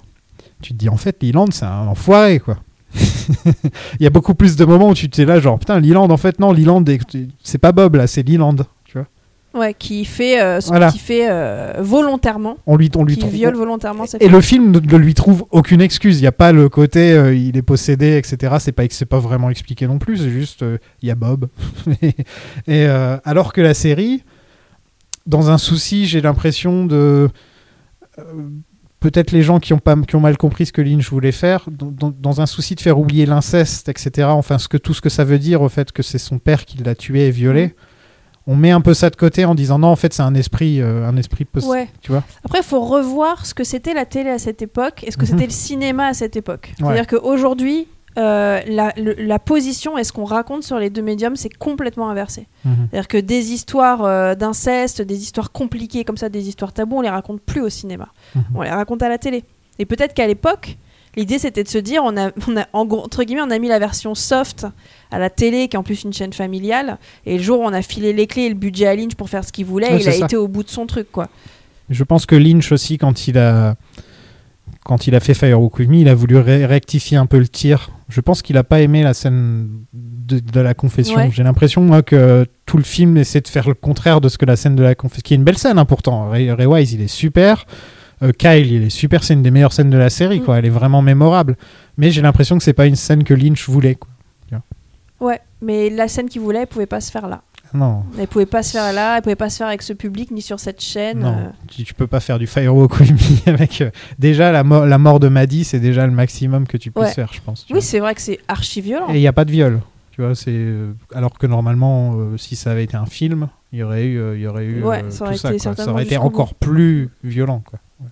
[SPEAKER 2] tu te dis en fait, Leland, c'est un enfoiré, quoi. (laughs) Il y a beaucoup plus de moments où tu t'es là, genre putain, Leland, en fait, non, Leland, est- c'est pas Bob, là, c'est Leland, tu vois.
[SPEAKER 3] Ouais, qui fait euh, ce
[SPEAKER 2] Voilà.
[SPEAKER 3] qu'il fait euh, volontairement.
[SPEAKER 2] On lui, on lui
[SPEAKER 3] qui
[SPEAKER 2] trouve-
[SPEAKER 3] viole volontairement sa
[SPEAKER 2] Et
[SPEAKER 3] fille.
[SPEAKER 2] le film ne- ne lui trouve aucune excuse. Il n'y a pas le côté euh, il est possédé, etc. C'est pas, c'est pas vraiment expliqué non plus. C'est juste euh, il y a Bob. (laughs) et euh, alors que la série, dans un souci, j'ai l'impression de euh, peut-être les gens qui ont pas qui ont mal compris ce que Lynch voulait faire, dans, dans- dans un souci de faire oublier l'inceste, etc. Enfin, ce que tout ce que ça veut dire au fait que c'est son père qui l'a tué et violé. On met un peu ça de côté en disant non, en fait, c'est un esprit, euh, un esprit, poss-
[SPEAKER 3] Ouais.
[SPEAKER 2] tu vois.
[SPEAKER 3] Après, il faut revoir ce que c'était la télé à cette époque et ce que
[SPEAKER 2] Mhm.
[SPEAKER 3] c'était le cinéma à cette époque. C'est-à-dire
[SPEAKER 2] Ouais.
[SPEAKER 3] qu'aujourd'hui, euh, la, le- la position et ce qu'on raconte sur les deux médiums, c'est complètement inversé.
[SPEAKER 2] Mhm.
[SPEAKER 3] C'est-à-dire que des histoires euh, d'inceste, des histoires compliquées comme ça, des histoires taboues, on les raconte plus au cinéma.
[SPEAKER 2] Mhm.
[SPEAKER 3] On les raconte à la télé. Et peut-être qu'à l'époque, l'idée c'était de se dire, on a, on a en gros, entre guillemets, on a mis la version soft à la télé, qui est en plus une chaîne familiale. Et le jour où on a filé les clés et le budget à Lynch pour faire ce qu'il voulait,
[SPEAKER 2] Ouais,
[SPEAKER 3] il
[SPEAKER 2] c'est
[SPEAKER 3] a
[SPEAKER 2] ça.
[SPEAKER 3] été au bout de son truc, quoi.
[SPEAKER 2] Je pense que Lynch aussi, quand il a, quand il a fait Firewalk With Me, il a voulu ré- rectifier un peu le tir. Je pense qu'il n'a pas aimé la scène de, de la confession.
[SPEAKER 13] Ouais.
[SPEAKER 2] J'ai l'impression, moi, que tout le film essaie de faire le contraire de ce que la scène de la confession... Qui est une belle scène, hein, pourtant. Ray, Ray Wise, il est super. Euh, Kyle, il est super. C'est une des meilleures scènes de la série,
[SPEAKER 3] Mm.
[SPEAKER 2] quoi. Elle est vraiment mémorable. Mais j'ai l'impression que c'est pas une scène que Lynch voulait, quoi.
[SPEAKER 3] Ouais, mais la scène qu'il voulait, elle pouvait pas se faire là.
[SPEAKER 2] Non.
[SPEAKER 3] Elle pouvait pas se faire là, elle pouvait pas se faire avec ce public ni sur cette chaîne.
[SPEAKER 2] Non,
[SPEAKER 3] euh.
[SPEAKER 2] tu, tu peux pas faire du firewalk with me (laughs) avec. euh, déjà, la, mo- la mort de Maddy, c'est déjà le maximum que tu puisses
[SPEAKER 3] Ouais.
[SPEAKER 2] faire, je pense.
[SPEAKER 3] Oui, c'est vrai que c'est archi violent.
[SPEAKER 2] Et il n'y a pas de viol. Tu vois, c'est euh, alors que normalement, euh, si ça avait été un film, il y aurait eu, euh, il y aurait eu
[SPEAKER 3] Ouais,
[SPEAKER 2] euh,
[SPEAKER 3] ça
[SPEAKER 2] tout
[SPEAKER 3] aurait
[SPEAKER 2] ça. quoi.
[SPEAKER 3] été
[SPEAKER 2] Ça
[SPEAKER 3] certainement
[SPEAKER 2] aurait été
[SPEAKER 3] jusqu'au
[SPEAKER 2] encore plus violent. Quoi. Ouais.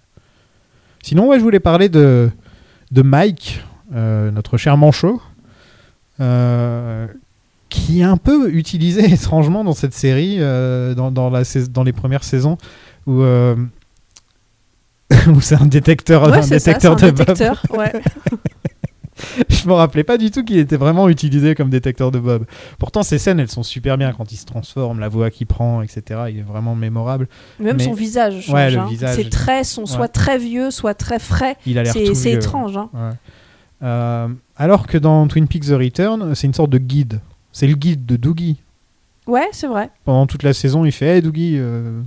[SPEAKER 2] Sinon, ouais, je voulais parler de de Mike, euh, notre cher Manchot, euh, qui est un peu utilisé (laughs) étrangement dans cette série, euh, dans dans la sais- dans les premières saisons où euh, (laughs) où c'est un détecteur,
[SPEAKER 3] Ouais,
[SPEAKER 2] un
[SPEAKER 3] c'est ça,
[SPEAKER 2] détecteur
[SPEAKER 3] c'est un
[SPEAKER 2] de Bob.
[SPEAKER 3] détecteur,
[SPEAKER 2] (laughs)
[SPEAKER 3] ouais.
[SPEAKER 2] Je me rappelais pas du tout qu'il était vraiment utilisé comme détecteur de Bob. Pourtant, ces scènes, elles sont super bien quand il se transforme, la voix qu'il prend, etc. Il est vraiment mémorable.
[SPEAKER 3] Même
[SPEAKER 2] Mais-
[SPEAKER 3] son visage change.
[SPEAKER 2] Ouais, le
[SPEAKER 3] hein.
[SPEAKER 2] visage.
[SPEAKER 3] Ses traits sont soit
[SPEAKER 2] Ouais.
[SPEAKER 3] très vieux, soit très frais.
[SPEAKER 2] Il a l'air
[SPEAKER 3] C'est-
[SPEAKER 2] tout
[SPEAKER 3] C'est
[SPEAKER 2] vieux.
[SPEAKER 3] étrange. hein.
[SPEAKER 2] Ouais. Euh, alors que dans Twin Peaks The Return, c'est une sorte de guide. C'est le guide de Doogie.
[SPEAKER 3] Ouais, c'est vrai.
[SPEAKER 2] (laughs) Pendant toute la saison, il fait Hey Doogie. euh,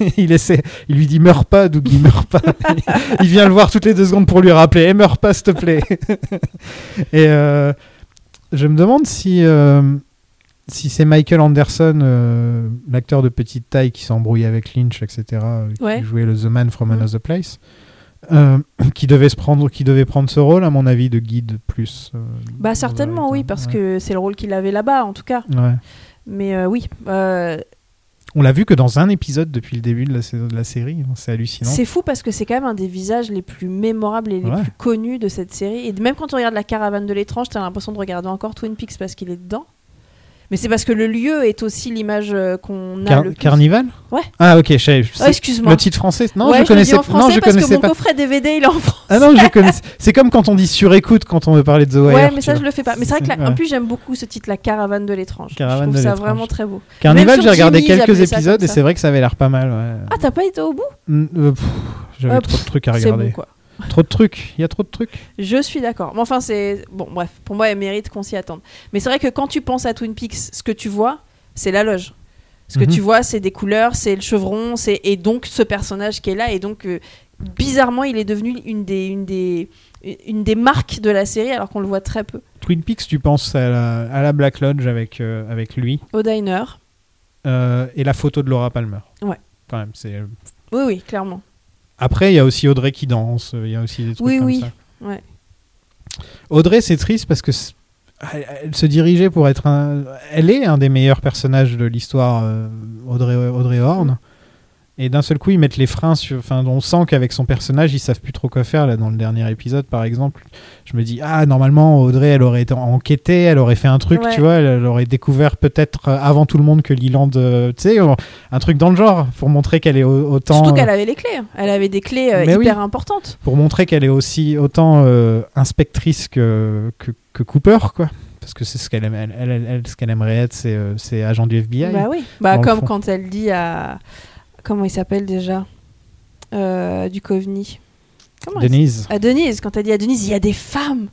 [SPEAKER 2] (laughs) il essaie, il lui dit meurs pas, Doogie, meurs pas.
[SPEAKER 3] Bah,
[SPEAKER 2] il vient le voir toutes les deux secondes pour lui rappeler Eh, meurs pas, s'il te
[SPEAKER 3] (laughs)
[SPEAKER 2] plaît. Et euh, je me demande si, euh, si c'est Michael Anderson, euh, l'acteur de petite taille qui s'embrouille avec Lynch, etc., euh,
[SPEAKER 13] Ouais.
[SPEAKER 2] qui jouait le The Man
[SPEAKER 3] Mm.
[SPEAKER 2] from Another Place, euh, qui, devait se prendre, qui devait prendre ce rôle, à mon avis, de guide plus. euh,
[SPEAKER 3] Bah certainement oui, parce que c'est le rôle qu'il avait là-bas en tout cas.
[SPEAKER 2] Ouais.
[SPEAKER 3] Mais euh, oui, euh,
[SPEAKER 2] On l'a vu que dans un épisode depuis le début de la, saison- de la série. hein, C'est hallucinant.
[SPEAKER 3] c'est fou parce que c'est quand même un des visages les plus mémorables et les
[SPEAKER 2] Ouais.
[SPEAKER 3] plus connus de cette série. Et même quand on regarde la caravane de l'étrange, t'as l'impression de regarder encore Twin Peaks parce qu'il est dedans. Mais c'est parce que le lieu est aussi l'image euh, qu'on a.
[SPEAKER 2] Car-
[SPEAKER 3] le plus.
[SPEAKER 2] Carnival
[SPEAKER 3] Ouais.
[SPEAKER 2] Ah ok, je sais- je
[SPEAKER 3] Oh,
[SPEAKER 2] sais-
[SPEAKER 3] excuse-moi.
[SPEAKER 2] Le titre français Non,
[SPEAKER 3] Ouais,
[SPEAKER 2] je,
[SPEAKER 3] le
[SPEAKER 2] connaissais
[SPEAKER 3] dis en
[SPEAKER 2] non,
[SPEAKER 3] français
[SPEAKER 2] je
[SPEAKER 3] parce que
[SPEAKER 2] connaissais
[SPEAKER 3] mon
[SPEAKER 2] pas.
[SPEAKER 3] coffret DVD il est en français.
[SPEAKER 2] Ah non, je
[SPEAKER 3] (laughs)
[SPEAKER 2] connaissais. C'est comme quand on dit surécoute quand on veut parler de The Wire.
[SPEAKER 3] Ouais, mais
[SPEAKER 2] tu
[SPEAKER 3] ça
[SPEAKER 2] vois.
[SPEAKER 3] je le fais pas. Mais c'est vrai que la-
[SPEAKER 2] Ouais.
[SPEAKER 3] en plus j'aime beaucoup ce titre, la caravane de l'étrange.
[SPEAKER 2] Caravane
[SPEAKER 3] je
[SPEAKER 2] de
[SPEAKER 3] trouve ça
[SPEAKER 2] l'étrange.
[SPEAKER 3] vraiment très beau.
[SPEAKER 2] Carnival,
[SPEAKER 3] Même
[SPEAKER 2] j'ai
[SPEAKER 3] sur
[SPEAKER 2] regardé
[SPEAKER 3] Jimmy,
[SPEAKER 2] quelques
[SPEAKER 3] j'appelais ça
[SPEAKER 2] épisodes
[SPEAKER 3] comme
[SPEAKER 2] et
[SPEAKER 3] ça.
[SPEAKER 2] c'est vrai que ça avait l'air pas mal. ouais.
[SPEAKER 3] Ah t'as pas été au bout
[SPEAKER 2] Mm, euh, pff, J'avais
[SPEAKER 3] Ah,
[SPEAKER 2] trop de
[SPEAKER 3] pff,
[SPEAKER 2] trucs à
[SPEAKER 3] c'est
[SPEAKER 2] regarder.
[SPEAKER 3] bon, quoi.
[SPEAKER 2] Trop de trucs. Il y a trop de trucs.
[SPEAKER 3] Je suis d'accord. Mais enfin, c'est. Bon, bref, pour moi, elle mérite qu'on s'y attende. Mais c'est vrai que quand tu penses à Twin Peaks, ce que tu vois, c'est la loge. Ce que
[SPEAKER 15] Mhm.
[SPEAKER 3] tu vois, c'est des couleurs, c'est le chevron, c'est et donc ce personnage qui est là. Et donc, euh, bizarrement, il est devenu une des, une, des, une des marques de la série, alors qu'on le voit très peu.
[SPEAKER 2] Twin Peaks, tu penses à la, à la Black Lodge avec, euh, avec lui
[SPEAKER 3] Au diner.
[SPEAKER 2] euh, et la photo de Laura Palmer.
[SPEAKER 3] Ouais.
[SPEAKER 2] Quand même, c'est. euh,
[SPEAKER 3] Oui, oui, clairement.
[SPEAKER 2] Après, il y a aussi Audrey qui danse. euh, Il y a aussi des trucs
[SPEAKER 3] Oui,
[SPEAKER 2] comme
[SPEAKER 3] oui.
[SPEAKER 2] ça.
[SPEAKER 3] Ouais.
[SPEAKER 2] Audrey, c'est triste parce que c'est- elle, elle se dirigeait pour être un. Elle est un des meilleurs personnages de l'histoire, euh, Audrey, Audrey Horn. Et d'un seul coup, ils mettent les freins sur. Enfin, on sent qu'avec son personnage, ils savent plus trop quoi faire. Là, dans le dernier épisode, par exemple, je me dis ah normalement Audrey, elle aurait été enquêtée, elle aurait fait un truc,
[SPEAKER 13] Ouais.
[SPEAKER 2] tu vois, elle, elle aurait découvert peut-être euh, avant tout le monde que Leland, euh, tu sais, euh, un truc dans le genre pour montrer qu'elle est au- autant.
[SPEAKER 3] Surtout qu'elle
[SPEAKER 2] euh,
[SPEAKER 3] avait les clés. Elle avait des clés euh,
[SPEAKER 2] Mais
[SPEAKER 3] hyper
[SPEAKER 2] oui.
[SPEAKER 3] importantes.
[SPEAKER 2] pour montrer qu'elle est aussi autant euh, inspectrice que, que, que Cooper, quoi. Parce que c'est ce qu'elle aime- elle, elle- elle- elle- ce qu'elle aimerait être, c'est euh, c'est agent du FBI.
[SPEAKER 3] Bah oui. Bah,
[SPEAKER 2] dans le
[SPEAKER 3] comme
[SPEAKER 2] fond.
[SPEAKER 3] quand elle dit à. Comment il s'appelle déjà Euh, Du Duchovny. Comment elle-
[SPEAKER 2] Denise.
[SPEAKER 3] À Denise. Quand elle dit à Denise, il y a des femmes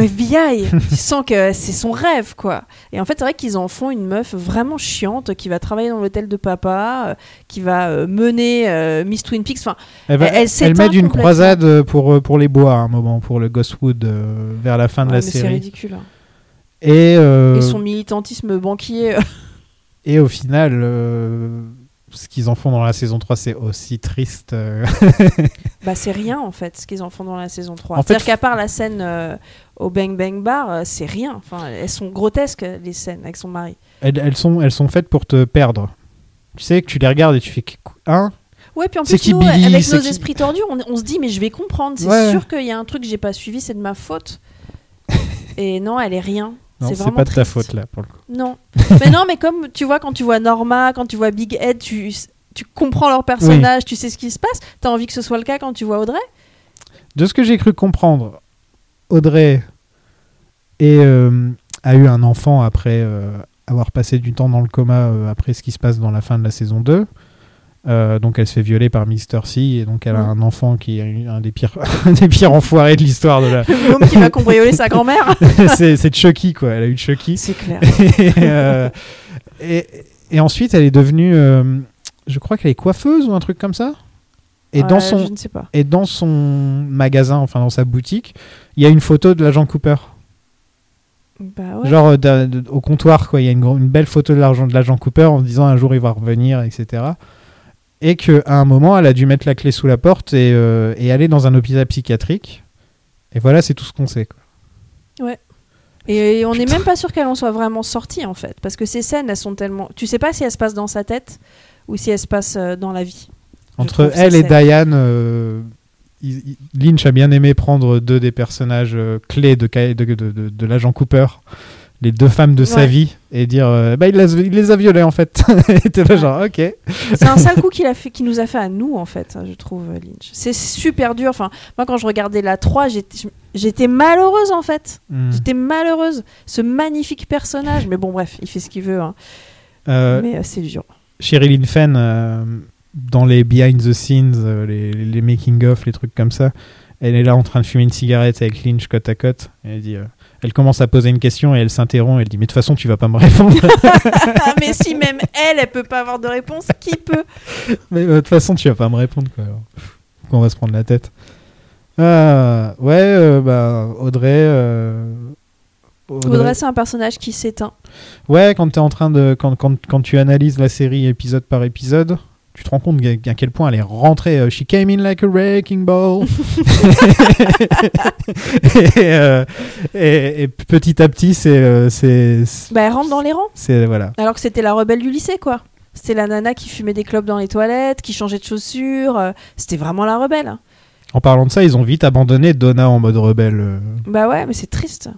[SPEAKER 2] (laughs)
[SPEAKER 3] FBI. tu sens que c'est son rêve, quoi. Et en fait, c'est vrai qu'ils en font une meuf vraiment chiante qui va travailler dans l'hôtel de papa, euh, qui va euh, mener euh, Miss Twin Peaks. Enfin,
[SPEAKER 2] Elle, va- elle
[SPEAKER 3] s'éteint
[SPEAKER 2] mène une
[SPEAKER 3] complètement.
[SPEAKER 2] croisade euh, pour, euh, pour les bois à un moment, pour le Ghostwood, euh, vers la fin de la
[SPEAKER 3] Ouais, oh, mais C'est
[SPEAKER 2] série.
[SPEAKER 3] ridicule. hein.
[SPEAKER 2] Et, euh,
[SPEAKER 3] Et son militantisme banquier. (laughs)
[SPEAKER 2] et au final, euh, ce qu'ils en font dans la saison 3, c'est aussi triste. euh.
[SPEAKER 3] Bah, c'est rien en fait ce qu'ils en font dans la saison 3.
[SPEAKER 2] En fait,
[SPEAKER 3] C'est-à-dire qu'à part la scène euh, au Bang Bang Bar, euh, c'est rien. Enfin, elles sont grotesques les scènes avec son mari.
[SPEAKER 2] elles, elles sont, elles sont faites pour te perdre. Tu sais que tu les regardes et tu fais hein un.
[SPEAKER 3] Ouais, puis en
[SPEAKER 2] C'est
[SPEAKER 3] plus,
[SPEAKER 2] qui
[SPEAKER 3] nous,
[SPEAKER 2] Billy,
[SPEAKER 3] avec
[SPEAKER 2] c'est
[SPEAKER 3] nos
[SPEAKER 2] qui-
[SPEAKER 3] esprits tordus, on, on se dit, mais je vais comprendre. C'est
[SPEAKER 2] Ouais.
[SPEAKER 3] sûr qu'il y a un truc que j'ai pas suivi, c'est de
[SPEAKER 2] (laughs)
[SPEAKER 3] ma faute. Et non, elle est rien.
[SPEAKER 2] Non, c'est
[SPEAKER 3] vraiment
[SPEAKER 2] pas de ta
[SPEAKER 3] triste.
[SPEAKER 2] faute là pour le coup.
[SPEAKER 3] Non. mais non, mais comme tu vois, quand tu vois Norma, quand tu vois Big Ed, tu, tu comprends leur personnage, tu sais ce qui se passe. T'as envie que ce soit le cas quand tu vois Audrey
[SPEAKER 2] De ce que j'ai cru comprendre, Audrey est, euh, a eu un enfant après euh, avoir passé du temps dans le coma euh, après ce qui se passe dans la fin de la saison 2. Euh, donc elle se fait violer par Mister C et donc elle a un enfant qui est un des pires, (laughs) un des pires enfoirés de l'histoire de la. (laughs)
[SPEAKER 3] L'homme qui va cambrioler sa grand-mère.
[SPEAKER 2] c'est, c'est Chucky quoi. Elle a eu Chucky.
[SPEAKER 3] C'est clair.
[SPEAKER 2] et, euh, et, et ensuite elle est devenue, euh, je crois qu'elle est coiffeuse ou un truc comme ça. Et
[SPEAKER 3] Ouais,
[SPEAKER 2] dans son
[SPEAKER 3] Euh, je ne sais pas.
[SPEAKER 2] et dans son magasin, enfin dans sa boutique, il y a une photo de l'agent Cooper.
[SPEAKER 3] Bah ouais.
[SPEAKER 2] Genre euh, d'un- de- au comptoir, quoi. Il y a une, gro- une belle photo de l'argent de l'agent Cooper en disant un jour il va revenir, etc. Et que à un moment, elle a dû mettre la clé sous la porte et, euh, et aller dans un hôpital psychiatrique. Et voilà, c'est tout ce qu'on sait. quoi.
[SPEAKER 3] Ouais. Et, et on n'est même pas sûr qu'elle en soit vraiment sortie en fait, parce que ces scènes, elles sont tellement. Tu sais pas si elles se passent dans sa tête ou si elles se passent euh, dans la vie. Je
[SPEAKER 2] Entre
[SPEAKER 3] trouve ces
[SPEAKER 2] elle et
[SPEAKER 3] scènes.
[SPEAKER 2] Diane, euh, il- il- Lynch a bien aimé prendre deux des personnages euh, clés de, Ka- de, de- de- de l'agent Cooper, les deux femmes de sa
[SPEAKER 3] Ouais.
[SPEAKER 2] vie, et dire euh, bah, il, les- il les a violées en fait. (laughs) et t'es là, genre, ok.
[SPEAKER 3] C'est un sale coup qu'il a fait, qu'il nous a fait à nous en fait, hein, je trouve euh, Lynch. C'est super dur. Enfin, moi quand je regardais la 3, j'étais- je- j'étais malheureuse en fait.
[SPEAKER 2] Hmm.
[SPEAKER 3] J'étais malheureuse. Ce magnifique personnage, mais bon bref, il fait ce qu'il veut. hein.
[SPEAKER 2] Euh,
[SPEAKER 3] Mais euh, c'est dur.
[SPEAKER 2] Sheryl Infen, euh, dans les behind the scenes, euh, les, les making-of, les trucs comme ça, elle est là en train de fumer une cigarette avec Lynch côte à côte. Et elle, dit, euh, elle commence à poser une question et elle s'interrompt. Elle dit Mais de toute façon, tu vas pas me (laughs) répondre.
[SPEAKER 3] (laughs) Ah, mais si même elle, elle peut pas avoir de réponse, qui peut
[SPEAKER 2] Mais euh, de toute façon, tu vas pas me répondre. Quoi. alors. Qu'on va se prendre la tête. Ah, ouais, euh, bah, Audrey. euh,
[SPEAKER 3] Audrey, c'est un personnage qui s'éteint.
[SPEAKER 2] Ouais, quand t'es en train de quand, quand, quand tu analyses la série épisode par épisode, tu te rends compte qu'à- à quel point elle est rentrée. euh, She came in like a wrecking ball. (laughs) et, euh, et- et petit à petit, c'est euh, c'est c'est-
[SPEAKER 3] Bah, elle rentre dans les rangs.
[SPEAKER 2] c'est- voilà.
[SPEAKER 3] Alors que c'était la rebelle du lycée, quoi. C'était la nana qui fumait des clopes dans les toilettes, qui changeait de chaussures. euh, C'était vraiment la rebelle. hein.
[SPEAKER 2] En parlant de ça, ils ont vite abandonné Donna en mode rebelle euh,
[SPEAKER 3] Bah ouais, mais c'est triste.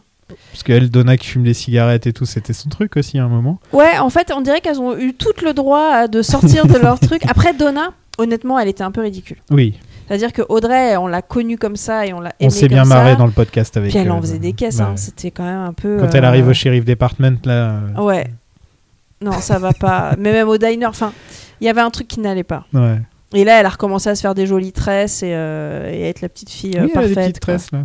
[SPEAKER 2] parce qu'elle Donna qui fume des cigarettes et tout, c'était son truc aussi à un moment.
[SPEAKER 3] Ouais, en fait, on dirait qu'elles ont eu tout le droit à- de sortir de
[SPEAKER 2] (laughs)
[SPEAKER 3] leur truc. Après, Donna, honnêtement, elle était un peu ridicule.
[SPEAKER 2] Oui,
[SPEAKER 3] C'est-à-dire que Audrey, on l'a connue comme ça et on l'a
[SPEAKER 2] on
[SPEAKER 3] aimée
[SPEAKER 2] s'est bien
[SPEAKER 3] comme ça.
[SPEAKER 2] marré dans le podcast avec.
[SPEAKER 3] Puis elle en
[SPEAKER 2] euh,
[SPEAKER 3] faisait des caisses.
[SPEAKER 2] bah,
[SPEAKER 3] hein. C'était quand même un peu.
[SPEAKER 2] Quand elle
[SPEAKER 3] euh,
[SPEAKER 2] arrive au shérif department là. euh,
[SPEAKER 3] Ouais. Non, ça va pas. Mais même au diner, enfin, il y avait un truc qui n'allait pas.
[SPEAKER 2] ouais.
[SPEAKER 3] Et là, elle a recommencé à se faire des jolies tresses et, euh, et à être la petite fille euh,
[SPEAKER 2] Oui, elle a
[SPEAKER 3] parfaite.
[SPEAKER 2] des petites
[SPEAKER 3] quoi.
[SPEAKER 2] tresses là.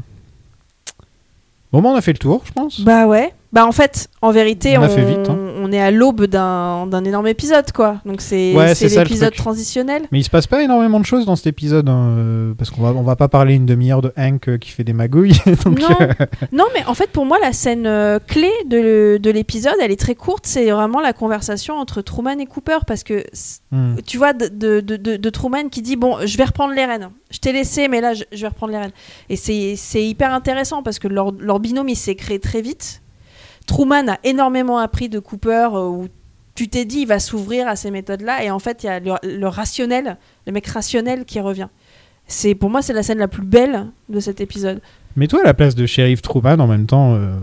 [SPEAKER 2] Bon, bah, on a fait le tour, je pense.
[SPEAKER 3] Bah ouais. Bah en fait, en vérité,
[SPEAKER 2] On
[SPEAKER 3] on,
[SPEAKER 2] a fait vite, hein.
[SPEAKER 3] on est à l'aube d'un d'un énorme épisode, quoi. Donc c'est
[SPEAKER 2] Ouais,
[SPEAKER 3] c'est
[SPEAKER 2] c'est ça, le
[SPEAKER 3] l'épisode
[SPEAKER 2] truc.
[SPEAKER 3] transitionnel.
[SPEAKER 2] Mais il se passe pas énormément de choses dans cet épisode, hein, euh, parce qu'on va, on va pas parler une demi-heure de Hank euh, qui fait des magouilles. (laughs) donc,
[SPEAKER 3] non.
[SPEAKER 2] euh,
[SPEAKER 3] non, mais en fait, pour moi, la scène euh, clé de, le- de l'épisode, elle est très courte. C'est vraiment la conversation entre Truman et Cooper, parce que c-
[SPEAKER 2] Hmm.
[SPEAKER 3] tu vois, de, de, de- de- de Truman qui dit Bon, je vais reprendre les rênes. Je t'ai laissé, mais là, je, je vais reprendre les rênes. Et c'est c'est hyper intéressant parce que leur, leur binôme, il s'est créé très vite. Truman a énormément appris de Cooper, euh, où tu t'es dit, il va s'ouvrir à ces méthodes-là. Et en fait, il y a le, le rationnel, le mec rationnel qui revient. C'est Pour moi, c'est la scène la plus belle de cet épisode.
[SPEAKER 2] Mais toi, à la place de shérif Truman, en même temps, euh,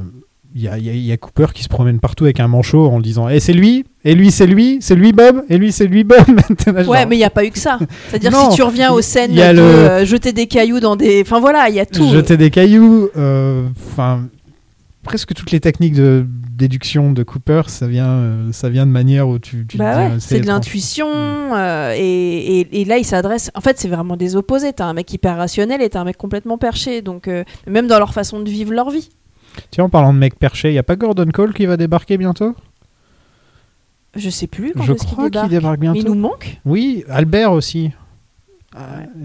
[SPEAKER 2] il y, a, il y a- il y a Cooper qui se promène partout avec un manchot en disant Et c'est lui Et lui, c'est lui C'est lui, Bob Et lui, c'est lui, Bob (laughs) T'es là, genre,
[SPEAKER 3] Ouais, mais il n'y a pas eu que ça. C'est-à-dire,
[SPEAKER 2] Ah, Non,
[SPEAKER 3] si tu reviens aux scènes
[SPEAKER 2] y a
[SPEAKER 3] de
[SPEAKER 2] le-
[SPEAKER 3] euh, jeter des cailloux dans des. Enfin voilà, il y a tout.
[SPEAKER 2] Jeter des cailloux, euh, enfin. Presque toutes les techniques de déduction de Cooper, ça vient, euh, ça vient de manière où tu, tu te
[SPEAKER 3] Bah
[SPEAKER 2] dis,
[SPEAKER 3] ouais,
[SPEAKER 2] euh, Mm.
[SPEAKER 3] c'est de
[SPEAKER 2] étrange.
[SPEAKER 3] l'intuition. euh, et, et- et là, il s'adresse. En fait, c'est vraiment des opposés. T'as un mec hyper rationnel et t'as un mec complètement perché. Donc, euh, même dans leur façon de vivre leur vie.
[SPEAKER 2] Tiens, en parlant de mec perché, il y a pas Gordon Cole qui va débarquer bientôt
[SPEAKER 3] Je sais plus quand
[SPEAKER 2] Je
[SPEAKER 3] est-ce qu'il
[SPEAKER 2] crois qu'il
[SPEAKER 3] débarque.
[SPEAKER 2] débarque bientôt.
[SPEAKER 3] Mais il nous manque.
[SPEAKER 2] Oui, Albert aussi.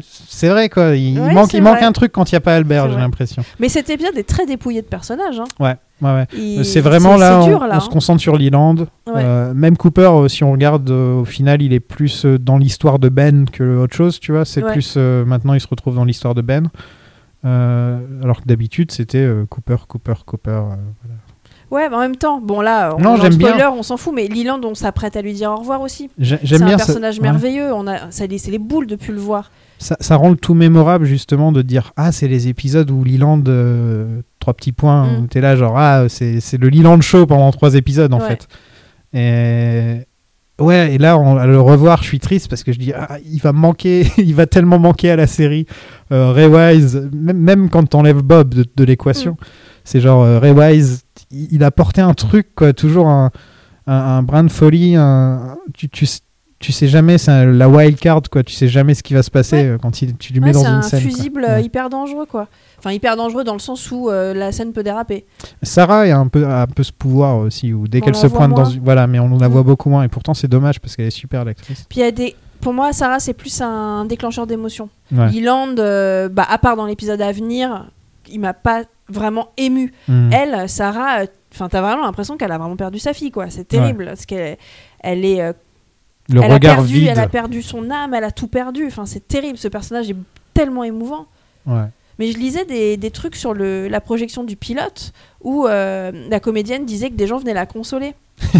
[SPEAKER 2] C'est vrai quoi, il
[SPEAKER 3] Ouais,
[SPEAKER 2] manque,
[SPEAKER 3] c'est
[SPEAKER 2] il manque
[SPEAKER 3] vrai.
[SPEAKER 2] un truc quand il n'y a pas Albert,
[SPEAKER 3] C'est
[SPEAKER 2] j'ai
[SPEAKER 3] vrai.
[SPEAKER 2] l'impression.
[SPEAKER 3] Mais cet épisode est très dépouillé de personnages. hein.
[SPEAKER 2] Ouais, ouais, ouais.
[SPEAKER 3] Il-
[SPEAKER 2] Euh, C'est vraiment
[SPEAKER 3] c'est-
[SPEAKER 2] là,
[SPEAKER 3] c'est
[SPEAKER 2] on-
[SPEAKER 3] dur,
[SPEAKER 2] on,
[SPEAKER 3] là,
[SPEAKER 2] se
[SPEAKER 3] hein.
[SPEAKER 2] concentre sur Leland.
[SPEAKER 3] Ouais.
[SPEAKER 2] Euh, même Cooper, euh, si on regarde euh, au final, il est plus euh, dans l'histoire de Ben que autre chose, tu vois. C'est
[SPEAKER 3] Ouais.
[SPEAKER 2] plus euh, maintenant, il se retrouve dans l'histoire de Ben. Euh, alors que d'habitude, c'était euh, Cooper, Cooper, Cooper. euh, voilà.
[SPEAKER 3] Ouais, mais en même temps, bon là, on
[SPEAKER 2] Non,
[SPEAKER 3] dans le
[SPEAKER 2] j'aime bien.
[SPEAKER 3] spoiler, on s'en fout, mais Leland, on s'apprête à lui dire au revoir aussi.
[SPEAKER 2] J'ai-
[SPEAKER 3] C'est
[SPEAKER 2] j'aime
[SPEAKER 3] un
[SPEAKER 2] bien ce-
[SPEAKER 3] personnage
[SPEAKER 2] ouais.
[SPEAKER 3] merveilleux. On a, ça, c'est les boules depuis le voir.
[SPEAKER 2] Ça, ça rend le tout mémorable justement de dire ah c'est les épisodes où Leland euh, trois petits points
[SPEAKER 3] Mm.
[SPEAKER 2] où t'es là genre ah c'est c'est le Leland show pendant trois épisodes en
[SPEAKER 3] Ouais.
[SPEAKER 2] fait et ouais et là on- à le revoir je suis triste parce que je dis ah il va manquer (laughs) il va tellement manquer à la série Euh, Ray Wise même, même quand t'enlèves Bob de, de l'équation c'est genre euh, Ray Wise il, il apportait un truc quoi toujours un un, un brin de folie un, tu, tu tu sais jamais, c'est un- la wild card, quoi. Tu sais jamais ce qui va se passer euh, quand il, tu lui mets
[SPEAKER 3] Ouais,
[SPEAKER 2] dans
[SPEAKER 3] c'est
[SPEAKER 2] une
[SPEAKER 3] un
[SPEAKER 2] scène. quoi.
[SPEAKER 3] fusible euh, hyper dangereux, quoi. Enfin, hyper dangereux dans le sens où euh, la scène peut déraper.
[SPEAKER 2] Sarah a un peu, a un peu ce pouvoir aussi, où dès
[SPEAKER 3] On
[SPEAKER 2] qu'elle
[SPEAKER 3] la
[SPEAKER 2] se
[SPEAKER 3] voit
[SPEAKER 2] pointe dans
[SPEAKER 3] moins. Mm.
[SPEAKER 2] une. Voilà, mais on la voit beaucoup moins, et pourtant c'est dommage parce qu'elle est super l'actrice.
[SPEAKER 3] Puis il y a des. Pour moi, Sarah, c'est plus un déclencheur d'émotion.
[SPEAKER 2] Ouais.
[SPEAKER 3] Il Land, bah, à part dans l'épisode à venir, il m'a pas vraiment ému.
[SPEAKER 2] Mhm.
[SPEAKER 3] Elle, Sarah, euh, enfin, t'as vraiment l'impression qu'elle a vraiment perdu sa fille, quoi. C'est terrible. Parce qu'elle elle est. euh,
[SPEAKER 2] Le
[SPEAKER 3] elle
[SPEAKER 2] regard
[SPEAKER 3] a perdu,
[SPEAKER 2] vide.
[SPEAKER 3] Elle a perdu son âme, elle a tout perdu. Enfin, c'est terrible. Ce personnage est tellement émouvant.
[SPEAKER 2] Ouais.
[SPEAKER 3] Mais je lisais des, des trucs sur le, la projection du pilote où euh, la comédienne disait que des gens venaient la consoler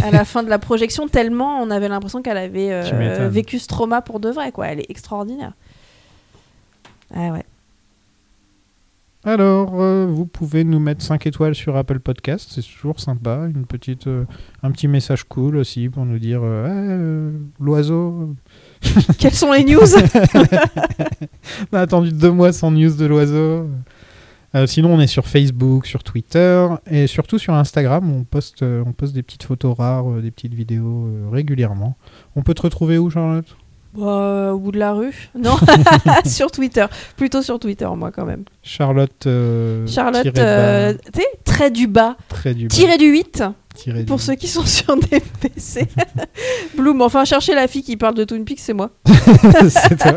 [SPEAKER 3] à
[SPEAKER 2] (laughs)
[SPEAKER 3] la fin de la projection, tellement on avait l'impression qu'elle avait euh,
[SPEAKER 2] Tu m'étonnes.
[SPEAKER 3] vécu ce trauma pour de vrai. Quoi. Elle est extraordinaire. Ah ouais.
[SPEAKER 2] Alors, euh, vous pouvez nous mettre 5 étoiles sur Apple Podcast, c'est toujours sympa. Une petite, euh, un petit message cool aussi pour nous dire euh, Ah, euh, l'oiseau.
[SPEAKER 3] Quelles sont les
[SPEAKER 2] (laughs)
[SPEAKER 3] news
[SPEAKER 2] On a attendu deux mois sans news de l'oiseau. Euh, sinon, on est sur Facebook, sur Twitter et surtout sur Instagram. On poste, euh, on poste des petites photos rares, euh, des petites vidéos euh, régulièrement. On peut te retrouver où, Charlotte
[SPEAKER 3] Euh, au bout de la rue
[SPEAKER 2] (laughs)
[SPEAKER 3] Non, (laughs) sur Twitter. Plutôt sur Twitter, moi, quand même.
[SPEAKER 2] Charlotte. euh, tiré
[SPEAKER 3] Charlotte,
[SPEAKER 2] bas,
[SPEAKER 3] euh, tu sais, trait du bas.
[SPEAKER 2] Trait du bas.
[SPEAKER 3] Tiré du 8.
[SPEAKER 2] Tiré du
[SPEAKER 3] pour
[SPEAKER 2] huit. (laughs)
[SPEAKER 3] ceux qui sont sur des (laughs) PC. Bloom, enfin, cherchez la fille qui parle de Twin Peaks, c'est moi.
[SPEAKER 2] c'est toi.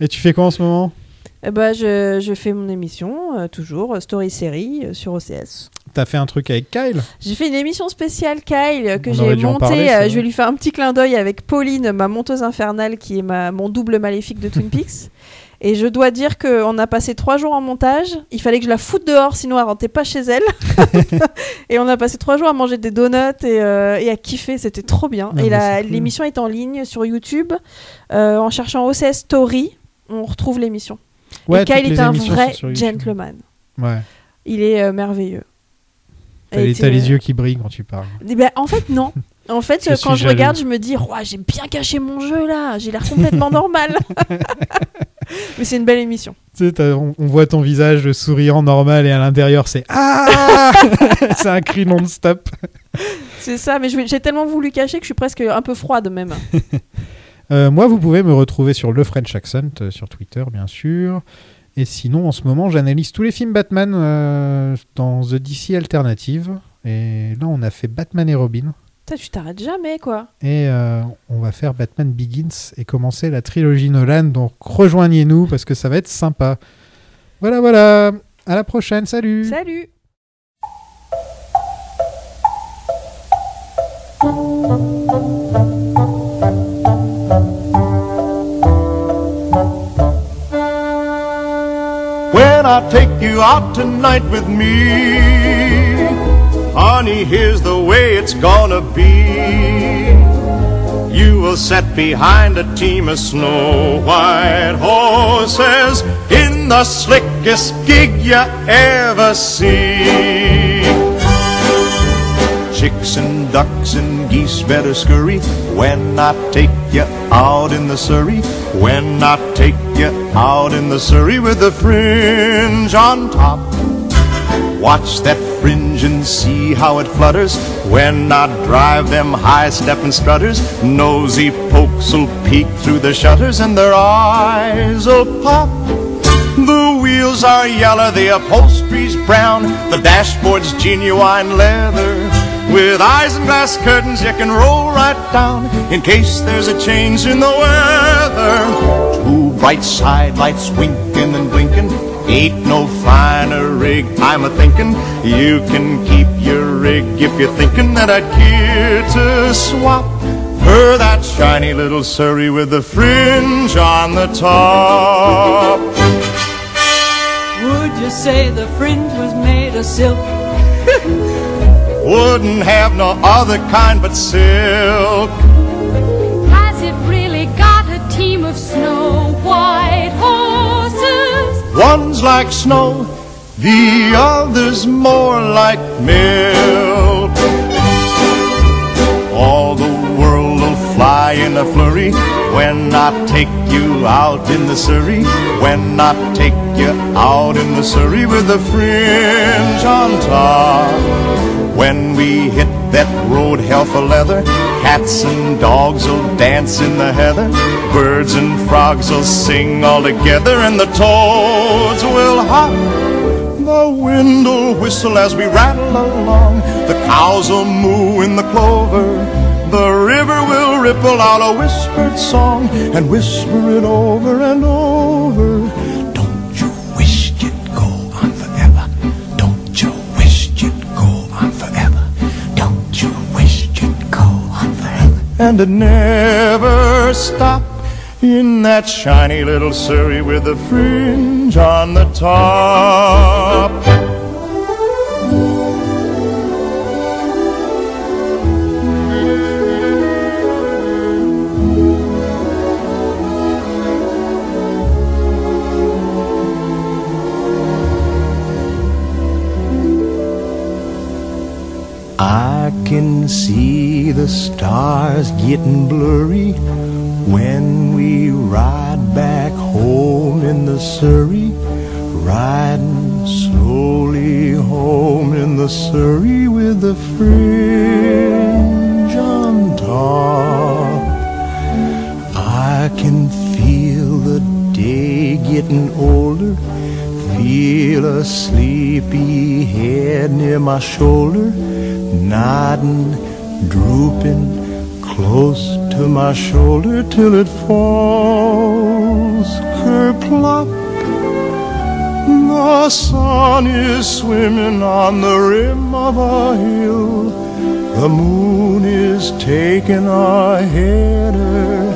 [SPEAKER 2] Et tu fais quoi en ce moment
[SPEAKER 3] Eh ben, je, je fais mon émission, euh, toujours, euh, Story Série, euh, sur OCS.
[SPEAKER 2] T'as fait un truc avec Kyle
[SPEAKER 3] J'ai fait une émission spéciale, Kyle, euh, que
[SPEAKER 2] On
[SPEAKER 3] j'ai
[SPEAKER 2] aurait dû en
[SPEAKER 3] montée.
[SPEAKER 2] parler, ça,
[SPEAKER 3] euh,
[SPEAKER 2] ouais.
[SPEAKER 3] je vais lui faire un petit clin d'œil avec Pauline, ma monteuse infernale, qui est ma, mon double maléfique de Twin
[SPEAKER 2] (laughs)
[SPEAKER 3] Peaks. Et je dois dire qu'on a passé trois jours en montage. Il fallait que je la foute dehors, sinon elle rentrait pas
[SPEAKER 2] (laughs)
[SPEAKER 3] chez elle. (laughs) et on a passé trois jours à manger des donuts et, euh, et à kiffer. C'était trop bien.
[SPEAKER 2] Ah, bah,
[SPEAKER 3] et la-
[SPEAKER 2] c'est cool.
[SPEAKER 3] l'émission est en ligne sur YouTube. Euh, en cherchant OCS Story, on retrouve l'émission.
[SPEAKER 2] Ouais,
[SPEAKER 3] et Kyle
[SPEAKER 2] toutes les
[SPEAKER 3] est un
[SPEAKER 2] émissions
[SPEAKER 3] vrai
[SPEAKER 2] sont sur YouTube.
[SPEAKER 3] gentleman.
[SPEAKER 2] Ouais.
[SPEAKER 3] Il est euh, merveilleux.
[SPEAKER 2] T'as
[SPEAKER 3] Et
[SPEAKER 2] les,
[SPEAKER 3] tu-
[SPEAKER 2] t'as les yeux qui brillent quand tu parles.
[SPEAKER 3] Eh ben, en fait, non.
[SPEAKER 2] (laughs)
[SPEAKER 3] En fait,
[SPEAKER 2] Je
[SPEAKER 3] euh,
[SPEAKER 2] suis
[SPEAKER 3] quand je
[SPEAKER 2] jaloux.
[SPEAKER 3] regarde, je me dis, Ouah, j'ai bien caché mon jeu là, j'ai
[SPEAKER 2] (laughs)
[SPEAKER 3] l'air complètement normal. (laughs) Mais c'est une belle émission.
[SPEAKER 2] Tu sais, t'as- on, on voit ton visage souriant, normal, et à l'intérieur, c'est Ah C'est un cri non-stop.
[SPEAKER 3] C'est ça, mais je vais- j'ai tellement voulu cacher que je suis presque un peu froide même.
[SPEAKER 2] Euh, moi, vous pouvez me retrouver sur Le French Accent, euh, sur Twitter, bien sûr. Et sinon, en ce moment, j'analyse tous les films Batman euh, dans The DC Alternative. Et là, on a fait Batman et Robin.
[SPEAKER 3] Putain, tu t'arrêtes jamais quoi.
[SPEAKER 2] Et euh, on va faire Batman Begins et commencer la trilogie Nolan. Donc rejoignez-nous parce que ça va être sympa. Voilà, voilà. À la prochaine. Salut.
[SPEAKER 3] Salut
[SPEAKER 13] when I take you out tonight with me. Honey, here's the way it's gonna be. You will sit behind a team of snow white horses in the slickest gig you ever see. Chicks and ducks and geese better scurry when I take you out in the Surrey. When I take you out in the Surrey with the fringe on top. Watch that fringe and see how it flutters when I drive them high stepping strutters. Nosy pokes will peek through the shutters and their eyes will pop. The wheels are yellow, the upholstery's brown, the dashboard's genuine leather. With eyes and glass curtains, you can roll right down in case there's a change in the weather. Two bright side lights winking and blinking. Ain't no finer rig, I'm a thinking. You can keep your rig if you're thinking that I'd care to swap her that shiny little Surrey with the fringe on the top.
[SPEAKER 15] Would you say the fringe was made of silk?
[SPEAKER 13] Wouldn't have no other kind but silk.
[SPEAKER 16] Has it really got a team of snow white horses?
[SPEAKER 13] One's like snow, the other's more like milk. All the world will fly in a flurry when I take you out in the Surrey. When I take you out in the Surrey with the fringe on top. When we hit that road hell for leather, cats and dogs will dance in the heather, birds and frogs will sing all together, and the toads will hop. The wind will whistle as we rattle along, the cows will moo in the clover, the river will ripple out a whispered song and whisper it over and over. Don't you wish you'd go on forever? Don't you wish you'd go on forever? And it never stop in that shiny little Surrey with the fringe on the top. I can see the stars getting blurry when we ride back home in the Surrey. Riding slowly home in the Surrey with the fringe on top. I can feel the day getting older. Feel a sleepy head near my shoulder, nodding, drooping close to my shoulder till it falls kerplop. The sun is swimming on the rim of a hill. The moon is taking a header.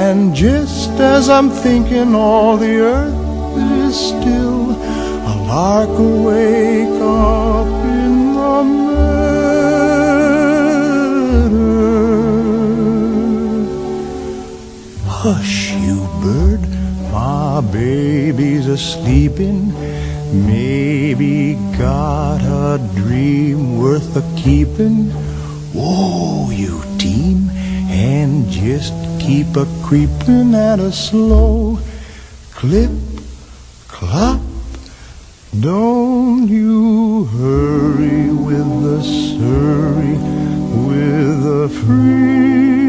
[SPEAKER 13] And just as I'm thinking all the earth is still, a lark will wake up in the meadow. Hush, you bird, my baby's a sleeping. Maybe got a dream worth a keeping. Whoa, you team, and just keep a creeping at a slow clip, clop. Don't you hurry with the surrey, with the free.